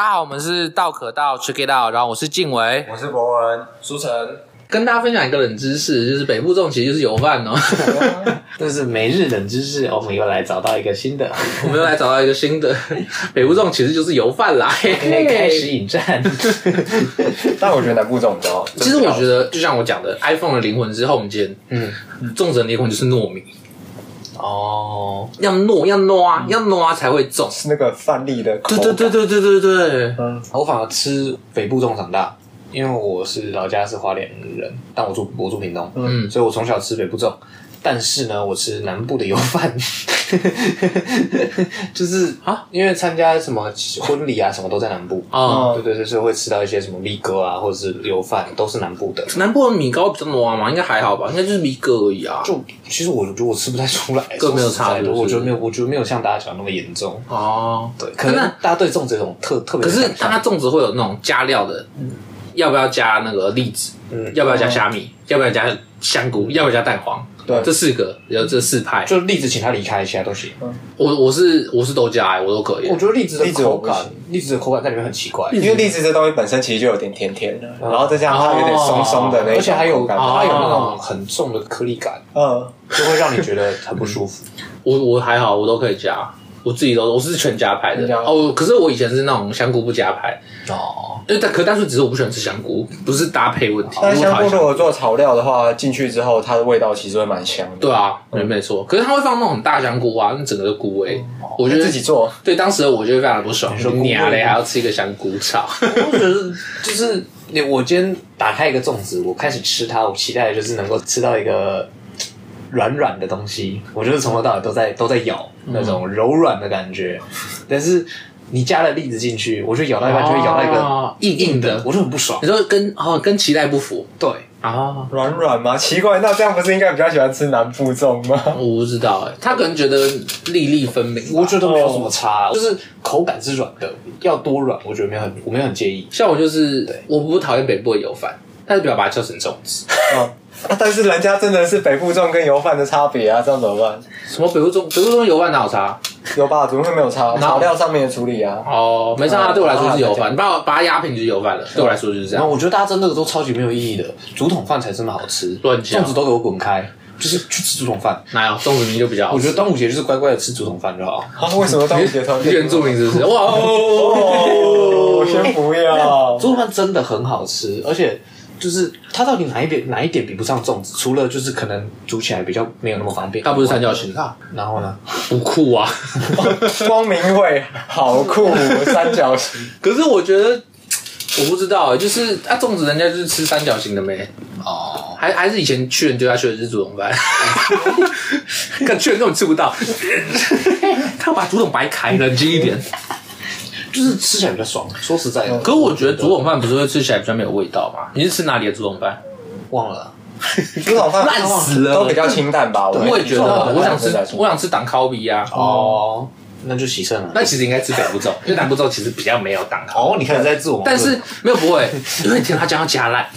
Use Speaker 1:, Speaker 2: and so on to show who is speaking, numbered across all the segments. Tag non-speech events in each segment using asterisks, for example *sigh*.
Speaker 1: 家好，我们是道可道 Check It Out，然后我是静伟，
Speaker 2: 我是博文，
Speaker 1: 舒晨，跟大家分享一个冷知识，就是北部粽其实就是油饭哦。 *laughs*
Speaker 3: 这是每日冷知识，哦我们又来找到一个
Speaker 1: *laughs*
Speaker 3: 新的，
Speaker 1: 我们又来找到一个新的 *laughs* 北部粽，其实就是油饭啦。嘿 *laughs*
Speaker 3: 可以
Speaker 1: 嘿
Speaker 3: 开始引战。
Speaker 2: 但我觉得南部粽比较，
Speaker 1: 其实我觉得，就像我讲的，iPhone 的灵魂是后间，
Speaker 3: 嗯，
Speaker 1: 粽子的灵魂就是糯米，
Speaker 3: 哦，
Speaker 1: 要糯要糯啊，要糯啊才会粽。
Speaker 2: 是那个饭粒的口
Speaker 1: 对
Speaker 2: 感，
Speaker 1: 对对对对对对，
Speaker 3: 我反而吃北部粽长大，因为我是老家是花莲人，但我住我住屏东，
Speaker 1: 嗯
Speaker 3: 所以我从小吃北部粽。但是呢，我吃南部的油饭， *laughs* 就是
Speaker 1: 啊，
Speaker 3: 因为参加什么婚礼啊，什么都在南部。
Speaker 1: 哦。
Speaker 3: 对对对，所以会吃到一些什么米糕啊，或者是油饭，都是南部的。
Speaker 1: 南部的米糕比较糯啊嘛，应该还好吧？应该就是米糕而已啊。
Speaker 3: 就其实我觉得我吃不太出来，
Speaker 1: 更没有差
Speaker 3: 说实在
Speaker 1: 是
Speaker 3: 的，
Speaker 1: 不是
Speaker 3: 我觉得没有，我觉得没有像大家讲的那么严重。
Speaker 1: 哦，
Speaker 3: 对，可能
Speaker 1: 那
Speaker 3: 大家对粽子有种特特别
Speaker 1: 可
Speaker 3: 的
Speaker 1: 是
Speaker 3: 想
Speaker 1: 它
Speaker 3: 象，
Speaker 1: 粽子会有那种加料的，要不要加那个栗子？
Speaker 3: 嗯
Speaker 1: 要不要加虾米？要不要加香菇？要不要加蛋黄？
Speaker 2: 对
Speaker 1: 这四个有这四派，
Speaker 3: 就栗子请他离开，其他都行。
Speaker 1: 我我是我是都加、欸，我都可以。
Speaker 3: 我觉得栗子的
Speaker 2: 栗子
Speaker 3: 口
Speaker 2: 我不
Speaker 3: 感
Speaker 2: 行，
Speaker 3: 栗子的口感在里面很奇怪，
Speaker 2: 因为栗子这东西本身其实就有点甜甜的，
Speaker 1: 嗯
Speaker 2: 然后再加上它有点松松的那种，
Speaker 3: 而且
Speaker 1: 哦
Speaker 3: 还有
Speaker 2: 感，
Speaker 3: 它有那种很重的颗粒感，
Speaker 2: 嗯，
Speaker 3: 就会让你觉得很不舒服。
Speaker 1: 我我还好，我都可以加，我自己都我是全加派
Speaker 2: 全
Speaker 1: 的
Speaker 2: 加
Speaker 1: 哦。可是我以前是那种香菇不加派，
Speaker 3: 哦，
Speaker 1: 因为但可但是只是我不喜欢吃香菇，不是搭配问题。
Speaker 2: 但
Speaker 1: 我
Speaker 2: 是
Speaker 1: 讨厌
Speaker 2: 香菇
Speaker 1: 菇
Speaker 2: 如果做炒料的话，进去之后它的味道其实会蛮香的。
Speaker 1: 对啊，没
Speaker 3: 嗯
Speaker 1: 没错。可是他会放那种大香菇啊，那整个的菇味，
Speaker 3: 哦
Speaker 1: 我觉得
Speaker 2: 哎
Speaker 3: 哎
Speaker 2: 自己做，
Speaker 1: 对当时的我就会非常的不爽，说
Speaker 3: 菇味
Speaker 1: 娘嘞还要吃一个香菇炒，
Speaker 3: 我觉得就是你，我今天打开一个粽子，我开始吃它，我期待的就是能够吃到一个嘖软软的东西。我就是从头到尾都在都在咬那种柔软的感觉，但是你加了栗子进去，我就咬到一半就会咬到一
Speaker 1: 哦
Speaker 3: 个
Speaker 1: 硬硬
Speaker 3: 硬
Speaker 1: 的
Speaker 3: 的，我就很不爽
Speaker 1: 你。说跟哦跟期待不符
Speaker 3: 对，
Speaker 1: 啊？
Speaker 2: 软软吗？奇怪，那这样不是应该比较喜欢吃南部粽吗？
Speaker 1: 我不知道哎、他可能觉得粒粒分明吧。
Speaker 3: 我觉得没有什么差，就是口感是软的，要多软，我觉得没有很我没有很介意。
Speaker 1: 像我就是我不讨厌北部的油饭，但是不要把它叫成粽子。
Speaker 2: 嗯。 *laughs* 啊但是人家真的是北部粽跟油饭的差别啊，这样怎么办？
Speaker 1: 什么北部粽北部粽油饭哪有差？
Speaker 2: 有吧？怎么会没有差？炒料上面的处理啊，
Speaker 1: 哦，没差、啊，
Speaker 2: 嗯
Speaker 1: 对我来说是油饭，你把我把它压平就是油饭了，对我来说就是这
Speaker 3: 然后
Speaker 1: 样。
Speaker 3: 我觉得大家真的都超级没有意义的，竹筒饭才真的好吃，
Speaker 1: 乱讲
Speaker 3: 粽子都给我滚开，就是去吃竹筒饭。
Speaker 1: 哪有粽子名就比较好
Speaker 3: 我
Speaker 1: 吃？
Speaker 3: 觉得端午节就是乖乖的吃竹筒饭就好。
Speaker 2: 啊，为什么端午节团
Speaker 1: 原住民是不是？哇哦！
Speaker 2: 哦，先不要。
Speaker 3: 竹筒饭真的很好吃，而且就是它到底哪一点哪一点比不上粽子？除了就是可能煮起来比较没有那么方便，
Speaker 1: 它不是三角形啊，
Speaker 3: 然后呢？
Speaker 1: 不酷啊。
Speaker 2: 光明会好
Speaker 1: *laughs*
Speaker 2: 酷，三角形。
Speaker 1: 可是我觉得。我不知道欸，就是啊，粽子人家就是吃三角形的没，
Speaker 3: 哦，
Speaker 1: 还还是以前去人丢下去的是竹筒饭， *laughs* 看去人根本吃不到，他把竹筒白开，冷静一点。
Speaker 3: 就是吃起来比较爽。说实在的，
Speaker 1: 可我觉得竹筒饭不是会吃起来比较没有味道吗？你是吃哪里的竹筒饭？
Speaker 3: 忘了，
Speaker 2: 猪脑饭
Speaker 1: 烂死了
Speaker 2: 都比较清淡吧？
Speaker 1: 我也觉得，我想吃
Speaker 2: 吃，
Speaker 1: 我想吃党烤比啊。
Speaker 3: 哦，那就喜胜了。
Speaker 1: 那其实应该吃北部
Speaker 3: *laughs*
Speaker 1: 粽，因为南部粽其实比较没有党烤，
Speaker 3: 哦，你开始在自我矛盾，
Speaker 1: 但是没有不会，因为甜辣酱要加
Speaker 3: *laughs*
Speaker 1: 辣，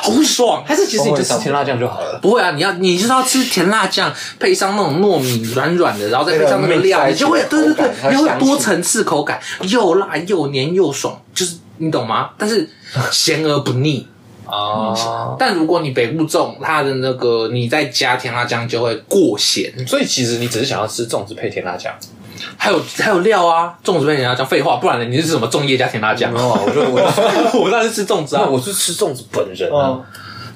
Speaker 1: 好爽。啊
Speaker 3: 还是其实你就吃甜辣酱就好了。
Speaker 1: 不会啊，你要你就是要吃甜辣酱，配上那种糯米软软的，然后再配上那个料，你就会对对对，你会有多层次口感，又辣又黏又爽，就是你懂
Speaker 3: *laughs*
Speaker 1: 吗？但是咸而不腻。
Speaker 3: 哦，
Speaker 1: 但如果你北部粽，它的那个你再加甜辣酱就会过咸，
Speaker 3: 所以其实你只是想要吃粽子配甜辣酱。
Speaker 1: 还有还有料啊，粽子配甜辣酱，废话，不然呢你是什么粽叶加甜辣酱？
Speaker 3: 有啊，我就我
Speaker 1: *laughs* 我当然是吃粽子
Speaker 3: 那
Speaker 1: 啊，哦
Speaker 3: 我是吃粽子本人啊。
Speaker 2: 嗯，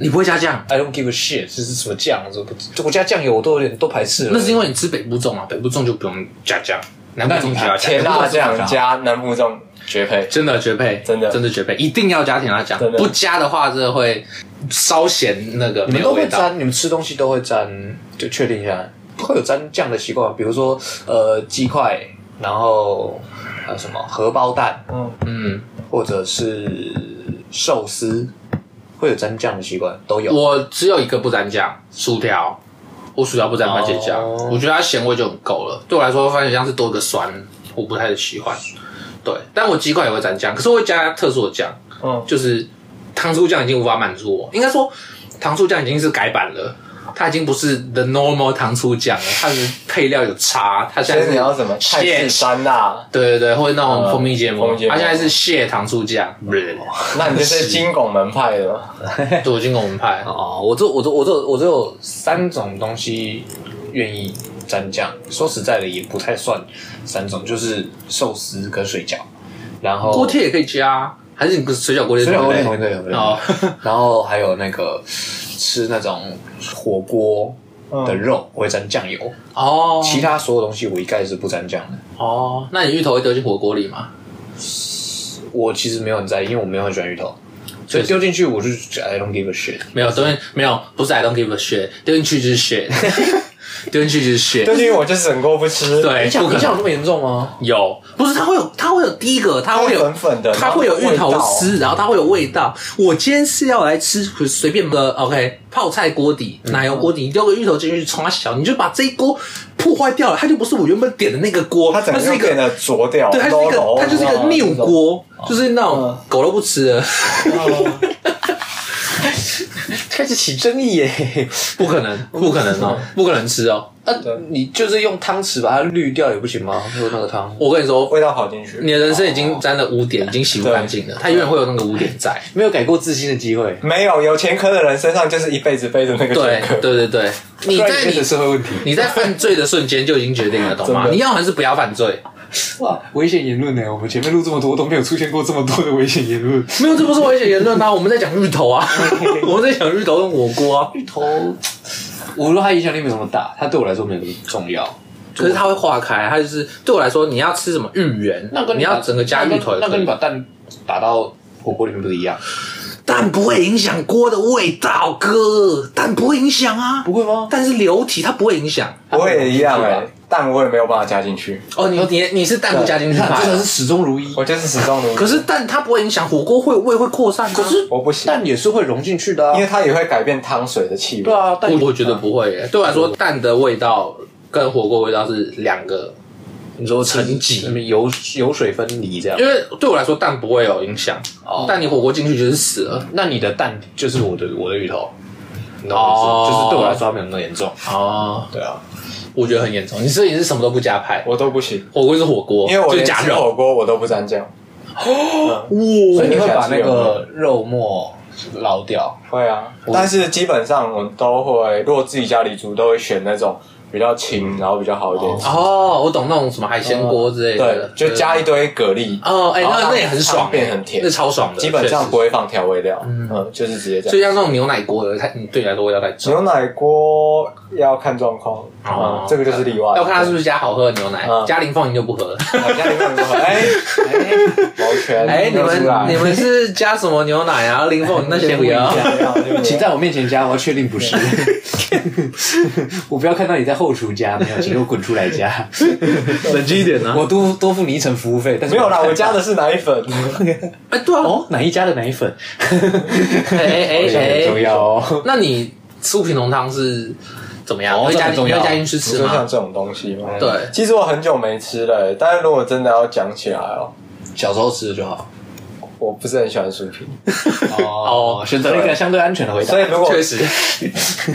Speaker 1: 你不会加酱，
Speaker 3: I don't give a shit，这是什么酱？我不，就我加酱油我都有点都排斥了。
Speaker 1: 那是因为你吃北部粽啊，北部粽就不用加酱，南部粽需要加
Speaker 2: 甜
Speaker 1: 酱，
Speaker 2: 辣酱加南部粽绝配。
Speaker 1: 真的绝配，
Speaker 2: 真的
Speaker 1: 真的绝配，一定要加甜辣酱
Speaker 2: 真，的
Speaker 1: 不加的话真的会稍咸那个没
Speaker 3: 你们
Speaker 1: 有
Speaker 3: 都
Speaker 1: 味
Speaker 3: 会
Speaker 1: 道。
Speaker 3: 沾，你们吃东西都会沾，就确定一下，会有沾酱的习惯吗。比如说呃鸡块，然后还有什么荷包蛋，
Speaker 2: 嗯，
Speaker 1: 嗯，
Speaker 3: 或者是寿司，会有沾酱的习惯，都有。
Speaker 1: 我只有一个不沾酱，薯条。我薯条不沾番茄酱
Speaker 3: 哦
Speaker 1: 我觉得它咸味就很够了。对我来说，番茄酱是多个酸，我不太喜欢。对，但我鸡块也会沾酱，可是我会加特殊的酱，
Speaker 2: 嗯
Speaker 1: 就是糖醋酱已经无法满足我。应该说，糖醋酱已经是改版了，它已经不是 the normal 糖醋酱了，它的配料有差，它现
Speaker 2: 所
Speaker 1: 在
Speaker 2: 以
Speaker 1: 是
Speaker 2: 你要什么泰式
Speaker 1: shit
Speaker 2: 酸辣？
Speaker 1: 对对对，或者那种
Speaker 2: 呃
Speaker 1: 蜂蜜芥末，
Speaker 2: 蜂蜜芥末
Speaker 1: 它现在是蟹糖醋酱，不是，
Speaker 2: 那你就是金拱门派的嘛？
Speaker 1: 对，我经过我们
Speaker 3: *laughs*
Speaker 1: 派，
Speaker 3: 哦，我这我这我这我只有三种东西愿意蘸酱，说实在的也不太算三种，就是寿司跟水饺，然后
Speaker 1: 锅贴也可以加，还是你不是水饺锅贴？
Speaker 3: 水饺锅贴同一
Speaker 1: 对
Speaker 3: 队同一队
Speaker 1: 哦，
Speaker 3: 然后还有那个吃那种火锅
Speaker 1: 嗯
Speaker 3: 的肉，我会沾酱油，
Speaker 1: 哦
Speaker 3: 其他所有东西我一概是不沾酱的。
Speaker 1: 哦，那你芋头会丢进火锅里吗？
Speaker 3: 我其实没有很在意，因为我没有很喜欢芋头，所以丢进去我就 I don't give a shit。
Speaker 1: 没有，丢进没有，不是 I don't give a shit，丢进去就是 shit，丢进去就是 shit，
Speaker 2: 对，因为我就是整锅不吃。，
Speaker 1: 对，
Speaker 3: 影响
Speaker 1: 不可
Speaker 3: 影响有
Speaker 1: 能
Speaker 3: 这么严重吗？
Speaker 1: 有，不是它会有，它会有第一个，它
Speaker 2: 它
Speaker 1: 会
Speaker 2: 会
Speaker 1: 有
Speaker 2: 粉粉的，
Speaker 1: 它会有芋头
Speaker 2: 然后味道。
Speaker 1: 丝，然后它会有味道。我今天是要来吃随便个 OK 泡菜锅底、奶油锅底，你丢个芋头进去冲它小，你就把这一锅破坏掉了，它就不是我原本点的那个锅，
Speaker 2: 它整个
Speaker 1: 是一
Speaker 2: 就
Speaker 1: 个
Speaker 2: 变得浊掉，
Speaker 1: 对，它就是一个
Speaker 2: low-low，
Speaker 1: 它就是一个
Speaker 2: 你
Speaker 1: 拗
Speaker 2: 知道吗
Speaker 1: 锅，就是那种
Speaker 2: 嗯
Speaker 1: 狗都不吃的，
Speaker 3: 开始起争议耶！
Speaker 1: 不可能，不可能哦，不可能吃哦。
Speaker 3: 啊，你就是用汤匙把它滤掉也不行吗？就那个汤。
Speaker 1: 我跟你说，
Speaker 2: 味道跑进去。
Speaker 1: 你的人生已经沾了污点，已经洗不干净了，它永远会有那个污点在。
Speaker 3: 没有给过自新的机会，
Speaker 2: 没有有前科的人身上就是一辈子背着那个
Speaker 1: 对
Speaker 2: 前科。
Speaker 1: 对对对，你
Speaker 3: 不然
Speaker 1: 在
Speaker 3: 变
Speaker 1: 你
Speaker 3: 成社会问题。
Speaker 1: 你在犯罪的瞬间就已经决定了，懂吗？
Speaker 2: 真的
Speaker 1: 你要还是不要犯罪？
Speaker 3: 哇，危险言论呢？我们前面录这么多都没有出现过这么多的危险言论。
Speaker 1: 没有，这不是危险言论啊！我们在讲芋头啊， *laughs* 我们在讲芋头跟火锅啊。
Speaker 3: 芋头，我说它影响力没什么大，它对我来说没有那么重要。
Speaker 1: 可是它会化开，它就是对我来说，你要吃什么芋圆，
Speaker 3: 那跟
Speaker 1: 你
Speaker 3: 把
Speaker 1: 要整个加芋头也可以，
Speaker 3: 那跟你把蛋打到火锅里面不是一样？
Speaker 1: 蛋不会影响锅的味道，哥，蛋不会影响啊，
Speaker 3: 不会吗
Speaker 1: 但是流体它不会影响。
Speaker 2: 我也一样哎、但我也没有办法加进去，
Speaker 1: 哦，你你你是蛋不加进去
Speaker 3: 那
Speaker 1: 吧
Speaker 3: 真？的是始终如一。
Speaker 2: 我就是始终如一。
Speaker 1: 可是蛋它不会影响火锅会味会扩散啊，可是
Speaker 2: 我不行，
Speaker 3: 蛋也是会融进去的、啊
Speaker 2: 因为，它也会改变汤水的气味。
Speaker 3: 对啊，蛋
Speaker 1: 我觉得不会耶。对我来说，蛋的味道跟火锅味道是两个
Speaker 3: 你说
Speaker 1: 层级
Speaker 3: 什么油油水分离这样。
Speaker 1: 因为对我来说蛋不会有影响，
Speaker 2: 哦
Speaker 1: 但你火锅进去就是死了。
Speaker 3: 呃那你的蛋就是我的我的芋头，你懂
Speaker 1: 哦
Speaker 3: 我意思？就是对我来说它没有那么严重。
Speaker 1: 哦，
Speaker 3: 对啊，
Speaker 1: 我觉得很严重。你是你是什么都不加派，
Speaker 2: 我都不行，
Speaker 1: 火锅就是火锅，
Speaker 2: 因为我
Speaker 1: 哦就是
Speaker 2: 连
Speaker 1: 加
Speaker 2: 吃
Speaker 1: 肉。哦
Speaker 2: 火锅我都不沾酱。嗯
Speaker 1: 哇
Speaker 3: 所以你会把那个肉末捞掉。
Speaker 2: 会啊，但是基本上我都会，如果自己家里煮，都会选那种比较轻，然后比较好一点。
Speaker 1: 哦，我懂那种什么海鲜锅之类
Speaker 2: 哦对
Speaker 1: 的，，
Speaker 2: 就加一堆蛤蜊，
Speaker 1: 哦，哎，那
Speaker 2: 然后
Speaker 1: 那也很爽，欸
Speaker 2: 汤变很甜
Speaker 1: 那超爽的，
Speaker 2: 基本上不
Speaker 1: 确实。
Speaker 2: 会放调味料，嗯，就是直接这
Speaker 1: 就
Speaker 2: 样。
Speaker 1: 像那种牛奶锅的，它你对你来说味道太重，
Speaker 2: 牛奶锅要看状况，
Speaker 1: 哦
Speaker 2: 嗯，这个就是例外。
Speaker 1: 要看它是不是加好喝的牛奶，
Speaker 2: 嗯
Speaker 1: 加林凤营就不
Speaker 2: *laughs*
Speaker 1: 喝了。
Speaker 2: 好家里面如何？哎，毛圈，
Speaker 1: 哎，你们
Speaker 2: 弄出来
Speaker 1: 你们是加什么牛奶啊？林凤营那些不要。
Speaker 3: 请在我面前加，我要确定不是。 *laughs* 我不要看到你在后厨加，没有，请给我滚出来加。
Speaker 1: 冷静一点呢
Speaker 3: 我多多付你一层服务费，但是
Speaker 2: 没有啦，
Speaker 3: 看
Speaker 2: 我加的是
Speaker 1: *laughs*
Speaker 2: 奶粉，
Speaker 1: 哎，对啊，
Speaker 3: 哦，哪一家的奶 *laughs* 粉？ *laughs*
Speaker 1: 哎哎哎
Speaker 3: 很重要哦。
Speaker 1: 那你吃五品浓汤是怎么样？
Speaker 3: 哦
Speaker 1: 会加
Speaker 3: 这很重
Speaker 1: 你
Speaker 3: 要
Speaker 1: 会加进去
Speaker 2: 就
Speaker 1: 吃
Speaker 2: 像
Speaker 1: 吗？
Speaker 2: 这种东西嘛。
Speaker 1: 对
Speaker 2: 其实我很久没吃了，但是如果真的要讲起来哦，
Speaker 3: 小时候吃的就好。
Speaker 2: 我不是很喜欢酥皮，
Speaker 3: 哦，选择了一个相对安全的回答
Speaker 2: 所。以如果
Speaker 1: 确
Speaker 2: *laughs*
Speaker 1: 实，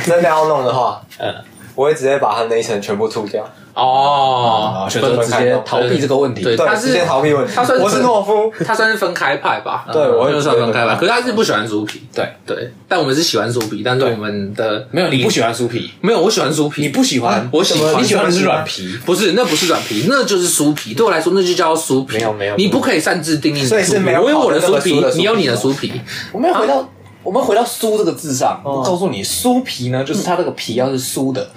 Speaker 2: 真的要弄
Speaker 1: *laughs*
Speaker 2: 的话，
Speaker 3: 嗯，
Speaker 2: 我会直接把它那一层全部吐掉，
Speaker 1: 哦
Speaker 3: 啊，，选择直接逃避这个问题。
Speaker 1: 对
Speaker 2: 对
Speaker 1: 他，是
Speaker 2: 直接逃避问题
Speaker 1: 他算。是
Speaker 2: 我是懦夫，
Speaker 1: 他算是分开派吧？
Speaker 2: *laughs* 对
Speaker 1: 嗯
Speaker 2: 我也
Speaker 1: 就是算分开派。
Speaker 2: 觉得 *laughs*
Speaker 1: 可是他是不喜欢酥皮，
Speaker 3: 对，
Speaker 1: 对，但我们是喜欢酥皮，但是我们的
Speaker 3: 没有你不喜欢酥皮，
Speaker 1: 没有，我喜欢酥皮，
Speaker 3: 你不喜欢
Speaker 1: 我喜
Speaker 3: 怎
Speaker 1: 欢，
Speaker 3: 么你喜欢的是软皮，
Speaker 1: 不是，那不是软皮，那就是酥皮。对我来说，那就叫酥皮。
Speaker 3: 没有没有
Speaker 1: 你不可以擅自定义你的酥皮。
Speaker 2: 所以是没有
Speaker 1: 我有我的
Speaker 2: 烤的
Speaker 1: 酥
Speaker 2: 那个
Speaker 1: 皮
Speaker 2: 酥的酥，皮
Speaker 1: 你有你的酥皮。
Speaker 3: 我们要回
Speaker 2: 啊
Speaker 3: 到。我们回到“酥”这个字上，
Speaker 2: 哦
Speaker 3: 我告诉你，酥皮呢，就是它那个皮要是酥的。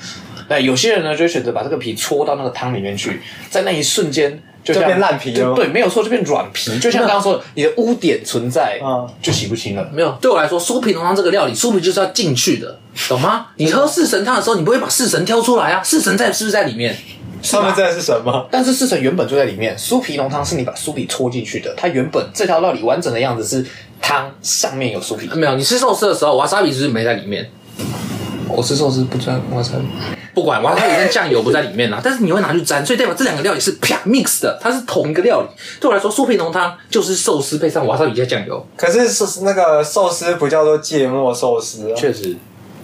Speaker 3: 那有些人呢，就会选择把这个皮搓到那个汤里面去，在那一瞬间就像
Speaker 2: 就变烂皮了嗯吗
Speaker 3: 对，没有错，就变软皮。就像刚刚说的，你的污点存在
Speaker 2: 嗯，
Speaker 3: 就洗不清了。
Speaker 1: 没有，对我来说，酥皮浓汤这个料理，酥皮就是要进去的，懂吗？你喝四神汤的时候，你不会把四神挑出来啊？四神在是不是在里面？
Speaker 2: 他们这是什么？
Speaker 3: 但是四神原本就在里面，酥皮浓汤是你把酥皮搓进去的，它原本这条料理完整的样子是汤上面有酥皮。
Speaker 1: 啊没有，你吃寿司的时候，瓦萨比是不是没在里面？
Speaker 3: 我吃寿司不沾花生，
Speaker 1: 不管瓦萨比跟酱油不在里面啊， *laughs* 但是你会拿去沾，所以代表这两个料理是啪 mix 的，它是同一个料理。对我来说，酥皮浓汤就是寿司配上瓦萨比加酱油。
Speaker 2: 可是寿那个寿司不叫做芥末寿司啊，
Speaker 3: 确实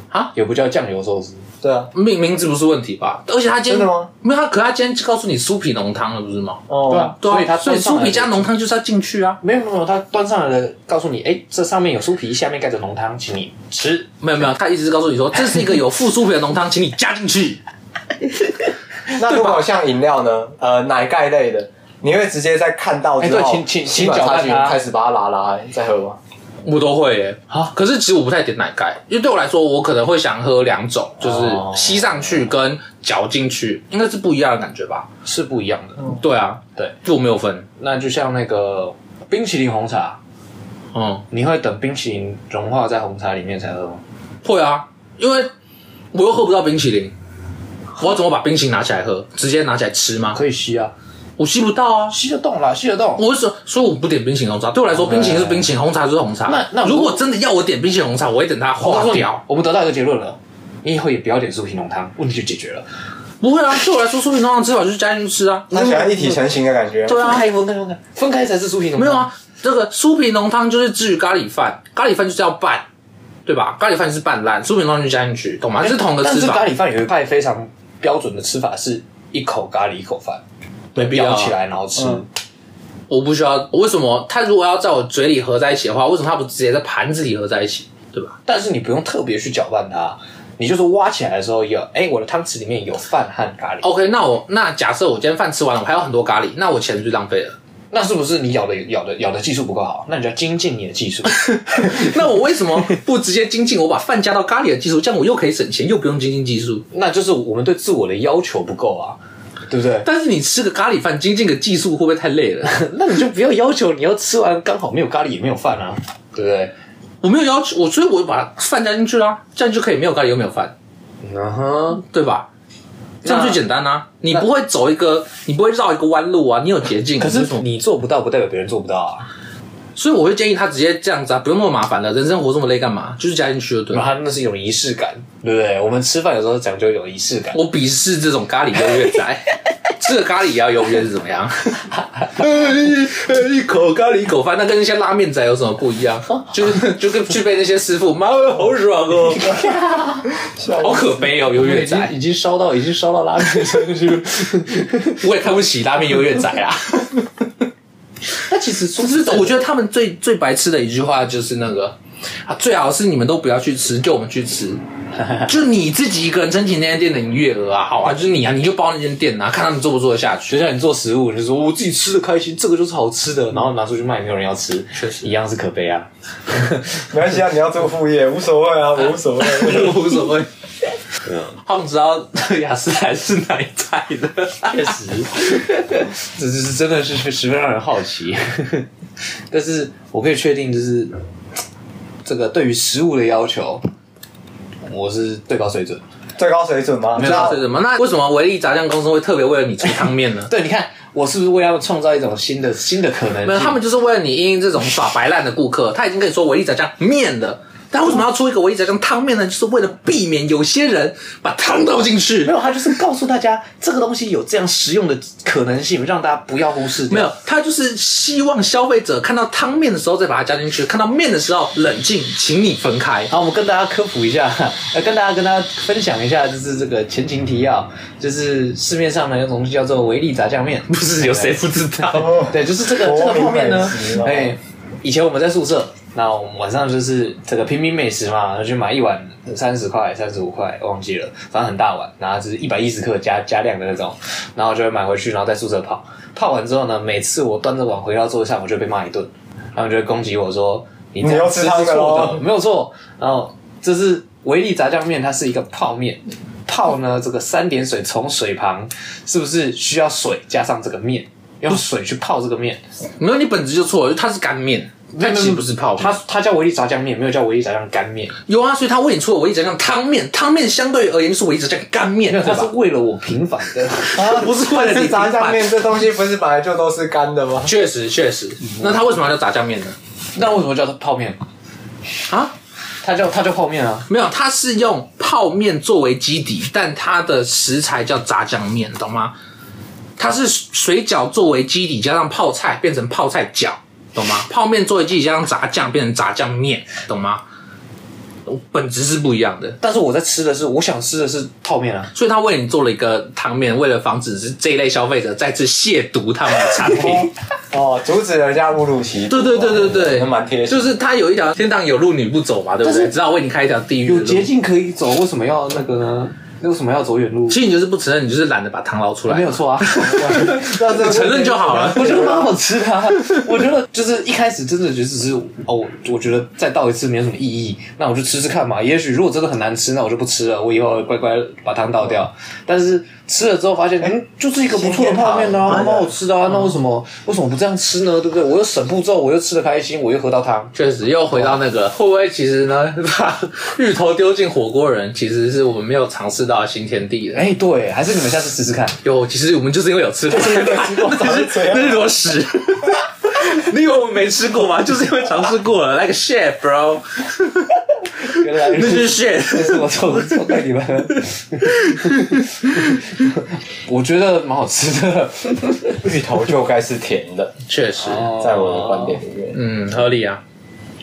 Speaker 1: 啊，
Speaker 3: 有不叫酱油寿司，
Speaker 2: 对啊，
Speaker 1: 名名字不是问题吧？而且他今天
Speaker 2: 真的吗？
Speaker 1: 没有他，可他今天告诉你酥皮浓汤了，不是吗？
Speaker 2: 哦，
Speaker 3: 对啊
Speaker 1: 对啊，
Speaker 3: 所以他
Speaker 1: 所以
Speaker 3: 端上
Speaker 1: 酥
Speaker 3: 来
Speaker 1: 皮加浓汤就是要进去啊。
Speaker 3: 没有没有，他端上来的告诉你，哎，这上面有酥皮，下面盖着浓汤，请你吃。
Speaker 1: 没有没有，他一直告诉你说这是一个有附酥皮的浓汤，请你加进去。
Speaker 2: *laughs* 那如果像饮料呢？呃，奶盖类的，你会直接在看到之
Speaker 3: 哎对
Speaker 2: 后，
Speaker 3: 请请
Speaker 2: 吸
Speaker 3: 请
Speaker 2: 管
Speaker 3: 搅
Speaker 2: 插
Speaker 3: 拌
Speaker 2: 进去
Speaker 3: 它
Speaker 2: 开始把它拉拉，再喝 *laughs* 吗？
Speaker 1: 我都会耶、
Speaker 3: 啊
Speaker 1: 可是其实我不太点奶盖，因为对我来说，我可能会想喝两种，就是
Speaker 3: 哦
Speaker 1: 吸上去跟嚼进去，应该是不一样的感觉吧？
Speaker 3: 是不一样的。
Speaker 1: 对啊，
Speaker 3: 对，
Speaker 1: 就我没有分。
Speaker 3: 那就像那个冰淇淋红茶，
Speaker 1: 嗯，
Speaker 3: 你会等冰淇淋融化在红茶里面才喝吗？
Speaker 1: 会啊，因为我又喝不到冰淇淋，我要怎么把冰淇淋拿起来喝？直接拿起来吃吗？
Speaker 3: 可以吸啊，
Speaker 1: 我吸不到啊。
Speaker 3: 吸得动啦，吸得动。
Speaker 1: 我是所以我不点冰淇淋红茶，对我来说，冰淇淋是冰淇淋，红茶就是红茶。
Speaker 3: 哦那那我
Speaker 1: 如果真的要我点冰淇淋红茶，我会等它
Speaker 3: 我告
Speaker 1: 化
Speaker 3: 诉你
Speaker 1: 掉。，
Speaker 3: 我们得到一个结论了，你以后也不要点酥皮浓汤，问题就解决了。
Speaker 1: 不会啊，对我来说，酥皮浓汤吃法就是加进去吃啊。
Speaker 2: 那喜欢一体成型的感觉。
Speaker 1: 对啊
Speaker 3: 分开分开分开，分开才是酥皮浓汤。
Speaker 1: 没有，啊，这个酥皮浓汤就是至于咖喱饭，咖喱饭就是要拌，对吧？咖喱饭是拌烂，酥皮浓汤就加进去，懂吗？这是同一个
Speaker 3: 哎但
Speaker 1: 吃
Speaker 3: 是
Speaker 1: 法
Speaker 3: 咖，喱饭有一派非常标准的吃法是。一口咖喱一口饭，
Speaker 1: 没必要
Speaker 3: 舀
Speaker 1: 啊
Speaker 3: 起来然后吃，
Speaker 2: 嗯
Speaker 1: 我不需要，为什么它如果要在我嘴里合在一起的话，为什么它不直接在盘子里合在一起，对吧？
Speaker 3: 但是你不用特别去搅拌它，你就是挖起来的时候有，哎、我的汤匙里面有饭和咖喱，
Speaker 1: OK，那我那假设我今天饭吃完了，我还有很多咖喱，那我钱就浪费
Speaker 3: *laughs*
Speaker 1: 了。
Speaker 3: 那是不是你咬的咬的咬的技术不够好？那你就要精进你的技术。 *laughs*
Speaker 1: 那我为什么不直接精进我把饭加到咖喱的技术，这样我又可以省钱，又不用精进技术？
Speaker 3: 那就是我们对自我的要求不够啊，对不对？ *laughs*
Speaker 1: 但是你吃个咖喱饭，精进个技术会不会太累了？ *laughs*
Speaker 3: 那你就不要要求你要吃完刚好没有咖喱也没有饭啊，对不对？
Speaker 1: 我没有要求，我所以我就把饭加进去啦，这样就可以没有咖喱又没有饭。
Speaker 3: 嗯哼，
Speaker 1: 对吧？这样最简单啊！你
Speaker 3: 那
Speaker 1: 不会走一个，你不会绕一个弯路啊，你有捷径。
Speaker 3: 可
Speaker 1: 你
Speaker 3: 是
Speaker 1: 为什么
Speaker 3: 你做不到，不代表别人做不到啊。
Speaker 1: 所以我会建议他直接这样子啊，不用那么麻烦了，人生活这么累干嘛？就是加进去就对
Speaker 3: 然 *laughs*
Speaker 1: 了。
Speaker 3: 后那是一种仪式感，对不对？我们吃饭有时候讲究一种仪式感。
Speaker 1: 我鄙视这种咖喱优越
Speaker 3: *laughs*
Speaker 1: 仔，吃个咖喱也要优越是怎么样？ *laughs* 一口咖喱一口饭，那跟那些拉面仔有什么不一样？就是就跟去被那些师傅，妈好爽
Speaker 3: *laughs*
Speaker 1: 哦，好可悲哦，优越仔。
Speaker 3: 已经烧到已经烧到拉面上去了。
Speaker 1: 我也看不起拉面优越仔啦。 *laughs* 那其实说是，我觉得他们最最白痴的一句话就是那个啊，最好是你们都不要去吃，就我们去 *laughs* 吃。就你自己一个人撑起那间店的营业额啊，好啊，就是你啊，你就包那间店啊，看他们做不做得下去。
Speaker 3: 就像你
Speaker 1: *laughs*
Speaker 3: 做食物，你就说我自己吃的开心，这个就是好吃的，然后拿出去卖，没有人要吃，
Speaker 1: 嗯确实
Speaker 3: 一样是可悲
Speaker 1: *laughs*
Speaker 3: 啊。
Speaker 2: 没关系啊，你要做副业无所谓 *laughs* 啊，我无所谓。
Speaker 1: 无所谓。好想知道雅诗兰是哪一代的？
Speaker 3: 确实， *laughs* 这这是真的是十分让人好奇。但是我可以确定，就是这个对于食物的要求，我是最高水准。
Speaker 2: 最高水准吗？
Speaker 1: *laughs* 知道是什么？那为什么维力炸酱公司会特别为了你出汤面呢？
Speaker 3: 对，你看我是不是为他们创造一种新的新的可能
Speaker 1: 没有，
Speaker 3: 性？
Speaker 1: 他们就是为了你因应这种耍白烂的顾客，他已经跟你说维力炸酱面了，但为什么要出一个维力炸酱汤面呢？就是为了避免有些人把汤倒进去
Speaker 3: 没。有，他就是告诉大家这个东西有这样食用的可能性，让大家不要忽视掉。
Speaker 1: 没有，他就是希望消费者看到汤面的时候再把它加进去，看到面的时候冷静，请你分开。
Speaker 3: 好，我们跟大家科普一下，呃，跟大家跟大家分享一下，就是这个前情提要，就是市面上呢有种东西叫做维力炸酱面，
Speaker 1: 不是有谁不知道？
Speaker 2: 哦
Speaker 3: *laughs* 对，就是这个这
Speaker 2: 国
Speaker 3: 个
Speaker 2: 民
Speaker 3: 泡面呢
Speaker 2: 美食，哦
Speaker 3: 哎，以前我们在宿舍，那我们晚上就是这个平民美食嘛，就去买一碗三十块、三十五块，忘记了，反正很大碗，然后就是一百一十克加加量的那种，然后就会买回去，然后在宿舍泡，泡完之后呢，每次我端着碗回到桌上，我就被骂一顿，他们就会攻击我说你这
Speaker 2: 你
Speaker 3: 样
Speaker 2: 又
Speaker 3: 吃
Speaker 2: 吃
Speaker 3: 是
Speaker 2: 汤的
Speaker 3: 错的，
Speaker 2: 咯
Speaker 3: 没有错。然后这是维力炸酱面，它是一个泡面。泡呢，这个三点水从水旁，是不是需要水加上这个面，用水去泡这个面？
Speaker 1: 没有，你本质就错了，它是干面，它其实不是泡面。
Speaker 3: 它它叫维力炸酱面，没有叫维力炸酱干面。
Speaker 1: 有啊，所以他为你出了维力炸酱汤面，汤面相对而言就是维力炸酱干面，
Speaker 3: 没有，
Speaker 1: 对
Speaker 3: 它是
Speaker 1: 吧？
Speaker 3: 为了我平反的。
Speaker 1: *laughs*
Speaker 2: 啊
Speaker 1: 不是为了你
Speaker 2: 但炸酱面这东西不是本来就都是干的吗？
Speaker 1: 确实确实，那他为什么要叫炸酱面呢？
Speaker 3: 那为什么叫它泡面？
Speaker 1: 啊？
Speaker 3: 它叫它叫泡面啊。
Speaker 1: 没有，它是用泡面作为基底，但它的食材叫炸酱面，懂吗？它是水饺作为基底，加上泡菜变成泡菜饺，懂吗？泡面作为基底加上炸酱变成炸酱面，懂吗？本质是不一样的。
Speaker 3: 但是我在吃的是，我想吃的是泡面啊。
Speaker 1: 所以他为你做了一个汤面，为了防止是这一类消费者再次亵渎他们的产品。
Speaker 2: *laughs* 哦，阻止人家侮辱其
Speaker 1: 对对对对对，
Speaker 2: 那蛮贴心。
Speaker 1: 就是他有一条天堂有路你不走嘛，对不对？
Speaker 3: 但是
Speaker 1: 只好为你开一条地狱的
Speaker 3: 有
Speaker 1: 路。
Speaker 3: 捷径可以走，为什么要那个呢？为什么要走远路？
Speaker 1: 其实你就是不承认，你就是懒得把汤捞出来。
Speaker 3: 没有错
Speaker 1: *laughs*
Speaker 3: 啊，
Speaker 2: 那这个
Speaker 1: 承认就好了
Speaker 3: *laughs* 我觉得蛮好吃的、啊。我觉得就是一开始真的就只是哦，我我觉得再倒一次没有什么意义，那我就吃吃看嘛。也许如果真的很难吃，那我就不吃了，我以后乖乖把汤倒
Speaker 2: 嗯
Speaker 3: 掉。但是吃了之后发现，嗯，就是一个不错的泡面啊，蛮好吃的啊。那为什
Speaker 2: 嗯
Speaker 3: 么为什么不这样吃呢？对不对？我又省步骤，我又吃的开心，我又喝到汤。
Speaker 1: 确实，又回到那
Speaker 2: 哦
Speaker 1: 个，会不会其实呢， *laughs* 把芋头丢进火锅人，其实是我们没有尝试到的新天地的。
Speaker 3: 哎，对，还是你们下次试试看。
Speaker 1: 有，其实我们就是因为有吃过， *laughs* 那是
Speaker 2: 怎样
Speaker 1: 那是坨屎。 *laughs* 你以为我们没吃过吗？就是因为尝试过了，like shit bro，
Speaker 3: 原来
Speaker 1: 那就是 shit。
Speaker 3: 这是我错错怪
Speaker 2: *laughs*
Speaker 3: 你们了。我觉得蛮好吃的，
Speaker 2: 芋头就该是甜的，
Speaker 1: 确实，
Speaker 2: 在我的观点里面，
Speaker 1: 哦嗯，合理啊。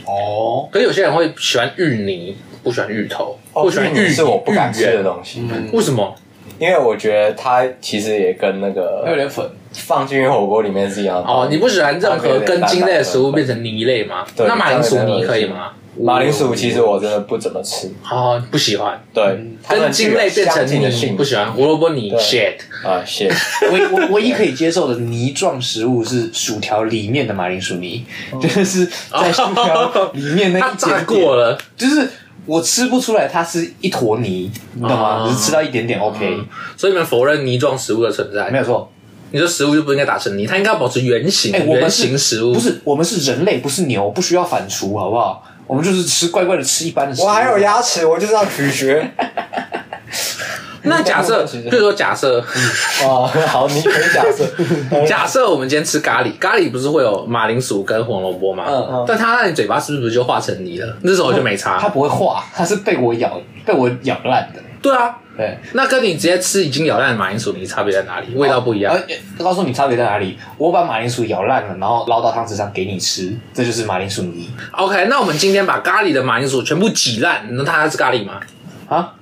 Speaker 3: 哦，
Speaker 1: 可是有些人会喜欢芋泥，不喜欢芋头，
Speaker 2: 哦
Speaker 1: 不喜欢
Speaker 2: 芋
Speaker 1: 芋
Speaker 2: 泥是我不敢吃的
Speaker 1: 芋
Speaker 2: 东西，
Speaker 3: 嗯
Speaker 1: 圆为什么？
Speaker 2: 因为我觉得它其实也跟那
Speaker 3: 还
Speaker 2: 个
Speaker 3: 有点粉。
Speaker 2: 放进火锅里面是一样的。
Speaker 1: 哦，你不喜欢
Speaker 2: 啊
Speaker 1: 任何根茎类的食物变成泥类吗？
Speaker 2: 对
Speaker 1: 那马铃薯泥可以吗？
Speaker 2: 马铃薯其实我真的不怎么吃，
Speaker 1: 哦，不喜欢。
Speaker 2: 对，它
Speaker 1: 嗯
Speaker 2: 们
Speaker 1: 跟茎类变成
Speaker 2: 相近的性
Speaker 1: 泥，不喜欢胡萝卜泥
Speaker 2: 对
Speaker 1: ，shit。
Speaker 2: 啊，谢。
Speaker 3: 唯我唯一可以接受的泥状食物是薯条里面的马铃薯泥， *laughs* 就是在薯条里面
Speaker 1: *laughs*
Speaker 3: 那
Speaker 1: 它
Speaker 3: 一点
Speaker 1: 哦炸
Speaker 3: 点
Speaker 1: 过，了，
Speaker 3: 就是我吃不出来它是一坨泥，你懂吗？
Speaker 1: 哦
Speaker 3: 只是吃到一点点 OK，、
Speaker 1: 所以你们否认泥状食物的存
Speaker 3: 没
Speaker 1: 在。
Speaker 3: 有错。
Speaker 1: 你说食物就不应该打成泥，它应该要保持圆形，
Speaker 3: 哎、我
Speaker 1: 圆
Speaker 3: 们是
Speaker 1: 形食物
Speaker 3: 不是我们是人类，不是牛，不需要反刍，好不好？我们就是吃乖乖的吃一般的食物。
Speaker 2: *laughs* 我还有牙齿，我就是要咀嚼。
Speaker 1: 那假设，
Speaker 2: 其实
Speaker 1: 比如说假设，
Speaker 2: *laughs*
Speaker 3: 嗯
Speaker 2: 哦，好，你可以假设，
Speaker 1: 假设我们今天吃咖喱，咖喱不是会有马铃薯跟红萝卜吗？
Speaker 3: 嗯嗯
Speaker 1: 但它在你嘴巴是不是就化成泥了？那时候我就没差。
Speaker 3: 它不会化，它是被我咬被我咬烂的。
Speaker 1: 对啊，
Speaker 3: 对，
Speaker 1: 那跟你直接吃已经咬烂的马铃薯泥差别在哪里？味道不一样。
Speaker 3: 而而告诉你差别在哪里，我把马铃薯咬烂了，然后捞到汤匙上给你吃，这就是马铃薯泥
Speaker 1: OK，那我们今天把咖喱的马铃薯全部挤烂，那它还是咖喱吗？
Speaker 3: 啊！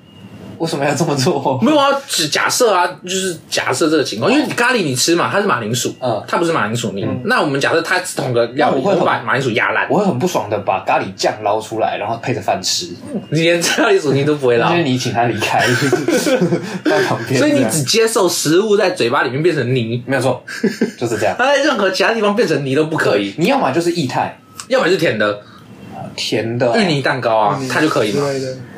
Speaker 3: 为什么要这么做？
Speaker 1: 没有啊，只假设啊，就是假设这个情况，因为咖喱你吃嘛，它是马铃薯，
Speaker 3: 嗯
Speaker 1: 它不是马铃薯泥。那我们假设它是同个料理，
Speaker 3: 那我会很
Speaker 1: 把马铃薯压烂，
Speaker 3: 我会很不爽的把咖喱酱捞出来，然后配着饭吃，
Speaker 1: 你连咖喱薯泥都不会
Speaker 3: 因
Speaker 1: 捞，
Speaker 3: 为你请他离
Speaker 1: *laughs*
Speaker 3: 开，在旁边
Speaker 1: 所
Speaker 3: 这样，
Speaker 1: 以你只接受食物在嘴巴里面变成泥，
Speaker 3: 没有错，就是这样。
Speaker 1: 它在任何其他地方变成泥都不 *laughs* 可以，
Speaker 3: 你要么就是液态
Speaker 1: 要么是甜的
Speaker 3: 甜的
Speaker 1: 芋泥蛋糕啊， *laughs* 它就可以嘛。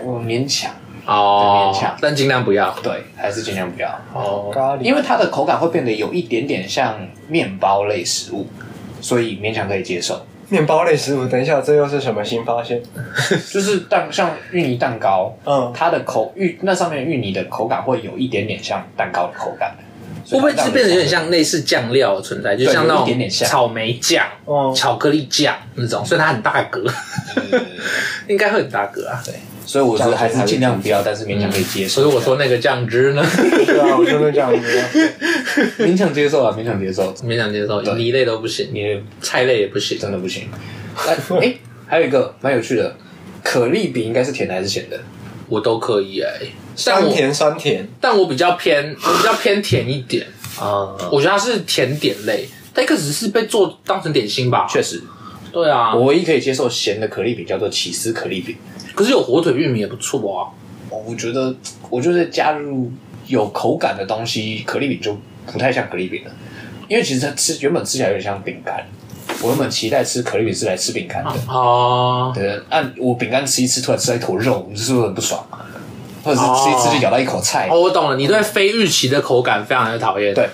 Speaker 3: 我勉强
Speaker 1: 哦
Speaker 3: 勉强，
Speaker 1: 但尽量不要。
Speaker 3: 对，还是尽量不要，
Speaker 1: 哦，
Speaker 2: 咖喱，
Speaker 3: 因为它的口感会变得有一点点像面包类食物，所以勉强可以接受。
Speaker 2: 面包类食物。等一下，这又是什么新发现？
Speaker 3: 就是蛋像芋泥蛋糕，
Speaker 2: 嗯
Speaker 3: 它的口芋那上面芋泥的口感会有一点点像蛋糕的口感，
Speaker 1: 会不会是变成有点像类似酱料的存在，就像那
Speaker 3: 有一
Speaker 1: 种
Speaker 3: 点点像
Speaker 1: 草莓酱
Speaker 2: 哦、
Speaker 1: 巧克力酱那种，所以它很大格，
Speaker 3: 嗯
Speaker 1: *laughs* 应该会很大格啊。
Speaker 3: 对，所以我说还是尽量不要，但是勉强可以接
Speaker 1: 所以 *laughs*
Speaker 3: 受，
Speaker 1: 我说那个酱汁呢，
Speaker 2: 对啊，我就是这样
Speaker 1: *laughs*
Speaker 2: 子。
Speaker 3: 勉强接受啊，勉强接受，
Speaker 1: 勉强接受，泥类都不行，
Speaker 3: 你
Speaker 1: 菜类也不行。
Speaker 3: 真的不行。哎、诶还有一个蛮有趣的，可丽饼应该是甜的还是咸的？
Speaker 1: 我都可以哎、但
Speaker 2: 酸
Speaker 1: 我
Speaker 2: 甜酸甜，
Speaker 1: 但我比较偏，我比较偏甜一点，
Speaker 3: 啊、
Speaker 1: 我觉得它是甜点类，但一开始是被做当成点心吧？
Speaker 3: 确实，
Speaker 1: 对啊，
Speaker 3: 我唯一可以接受咸的可丽饼叫做起司可丽饼，
Speaker 1: 可是有火腿玉米也不错啊。
Speaker 3: 我觉得我就是加入有口感的东西，可丽饼就不太像可丽饼了，因为其实它吃原本吃起来有点像饼干，我原本期待吃可丽饼是来吃饼干的，
Speaker 1: 哦、
Speaker 3: 对，按我饼干吃一吃，突然吃到一坨肉，你是不是很不爽？或者是吃一吃就咬到一口菜，
Speaker 1: 哦，我懂了，你对非预期的口感非常的讨厌。
Speaker 3: 对，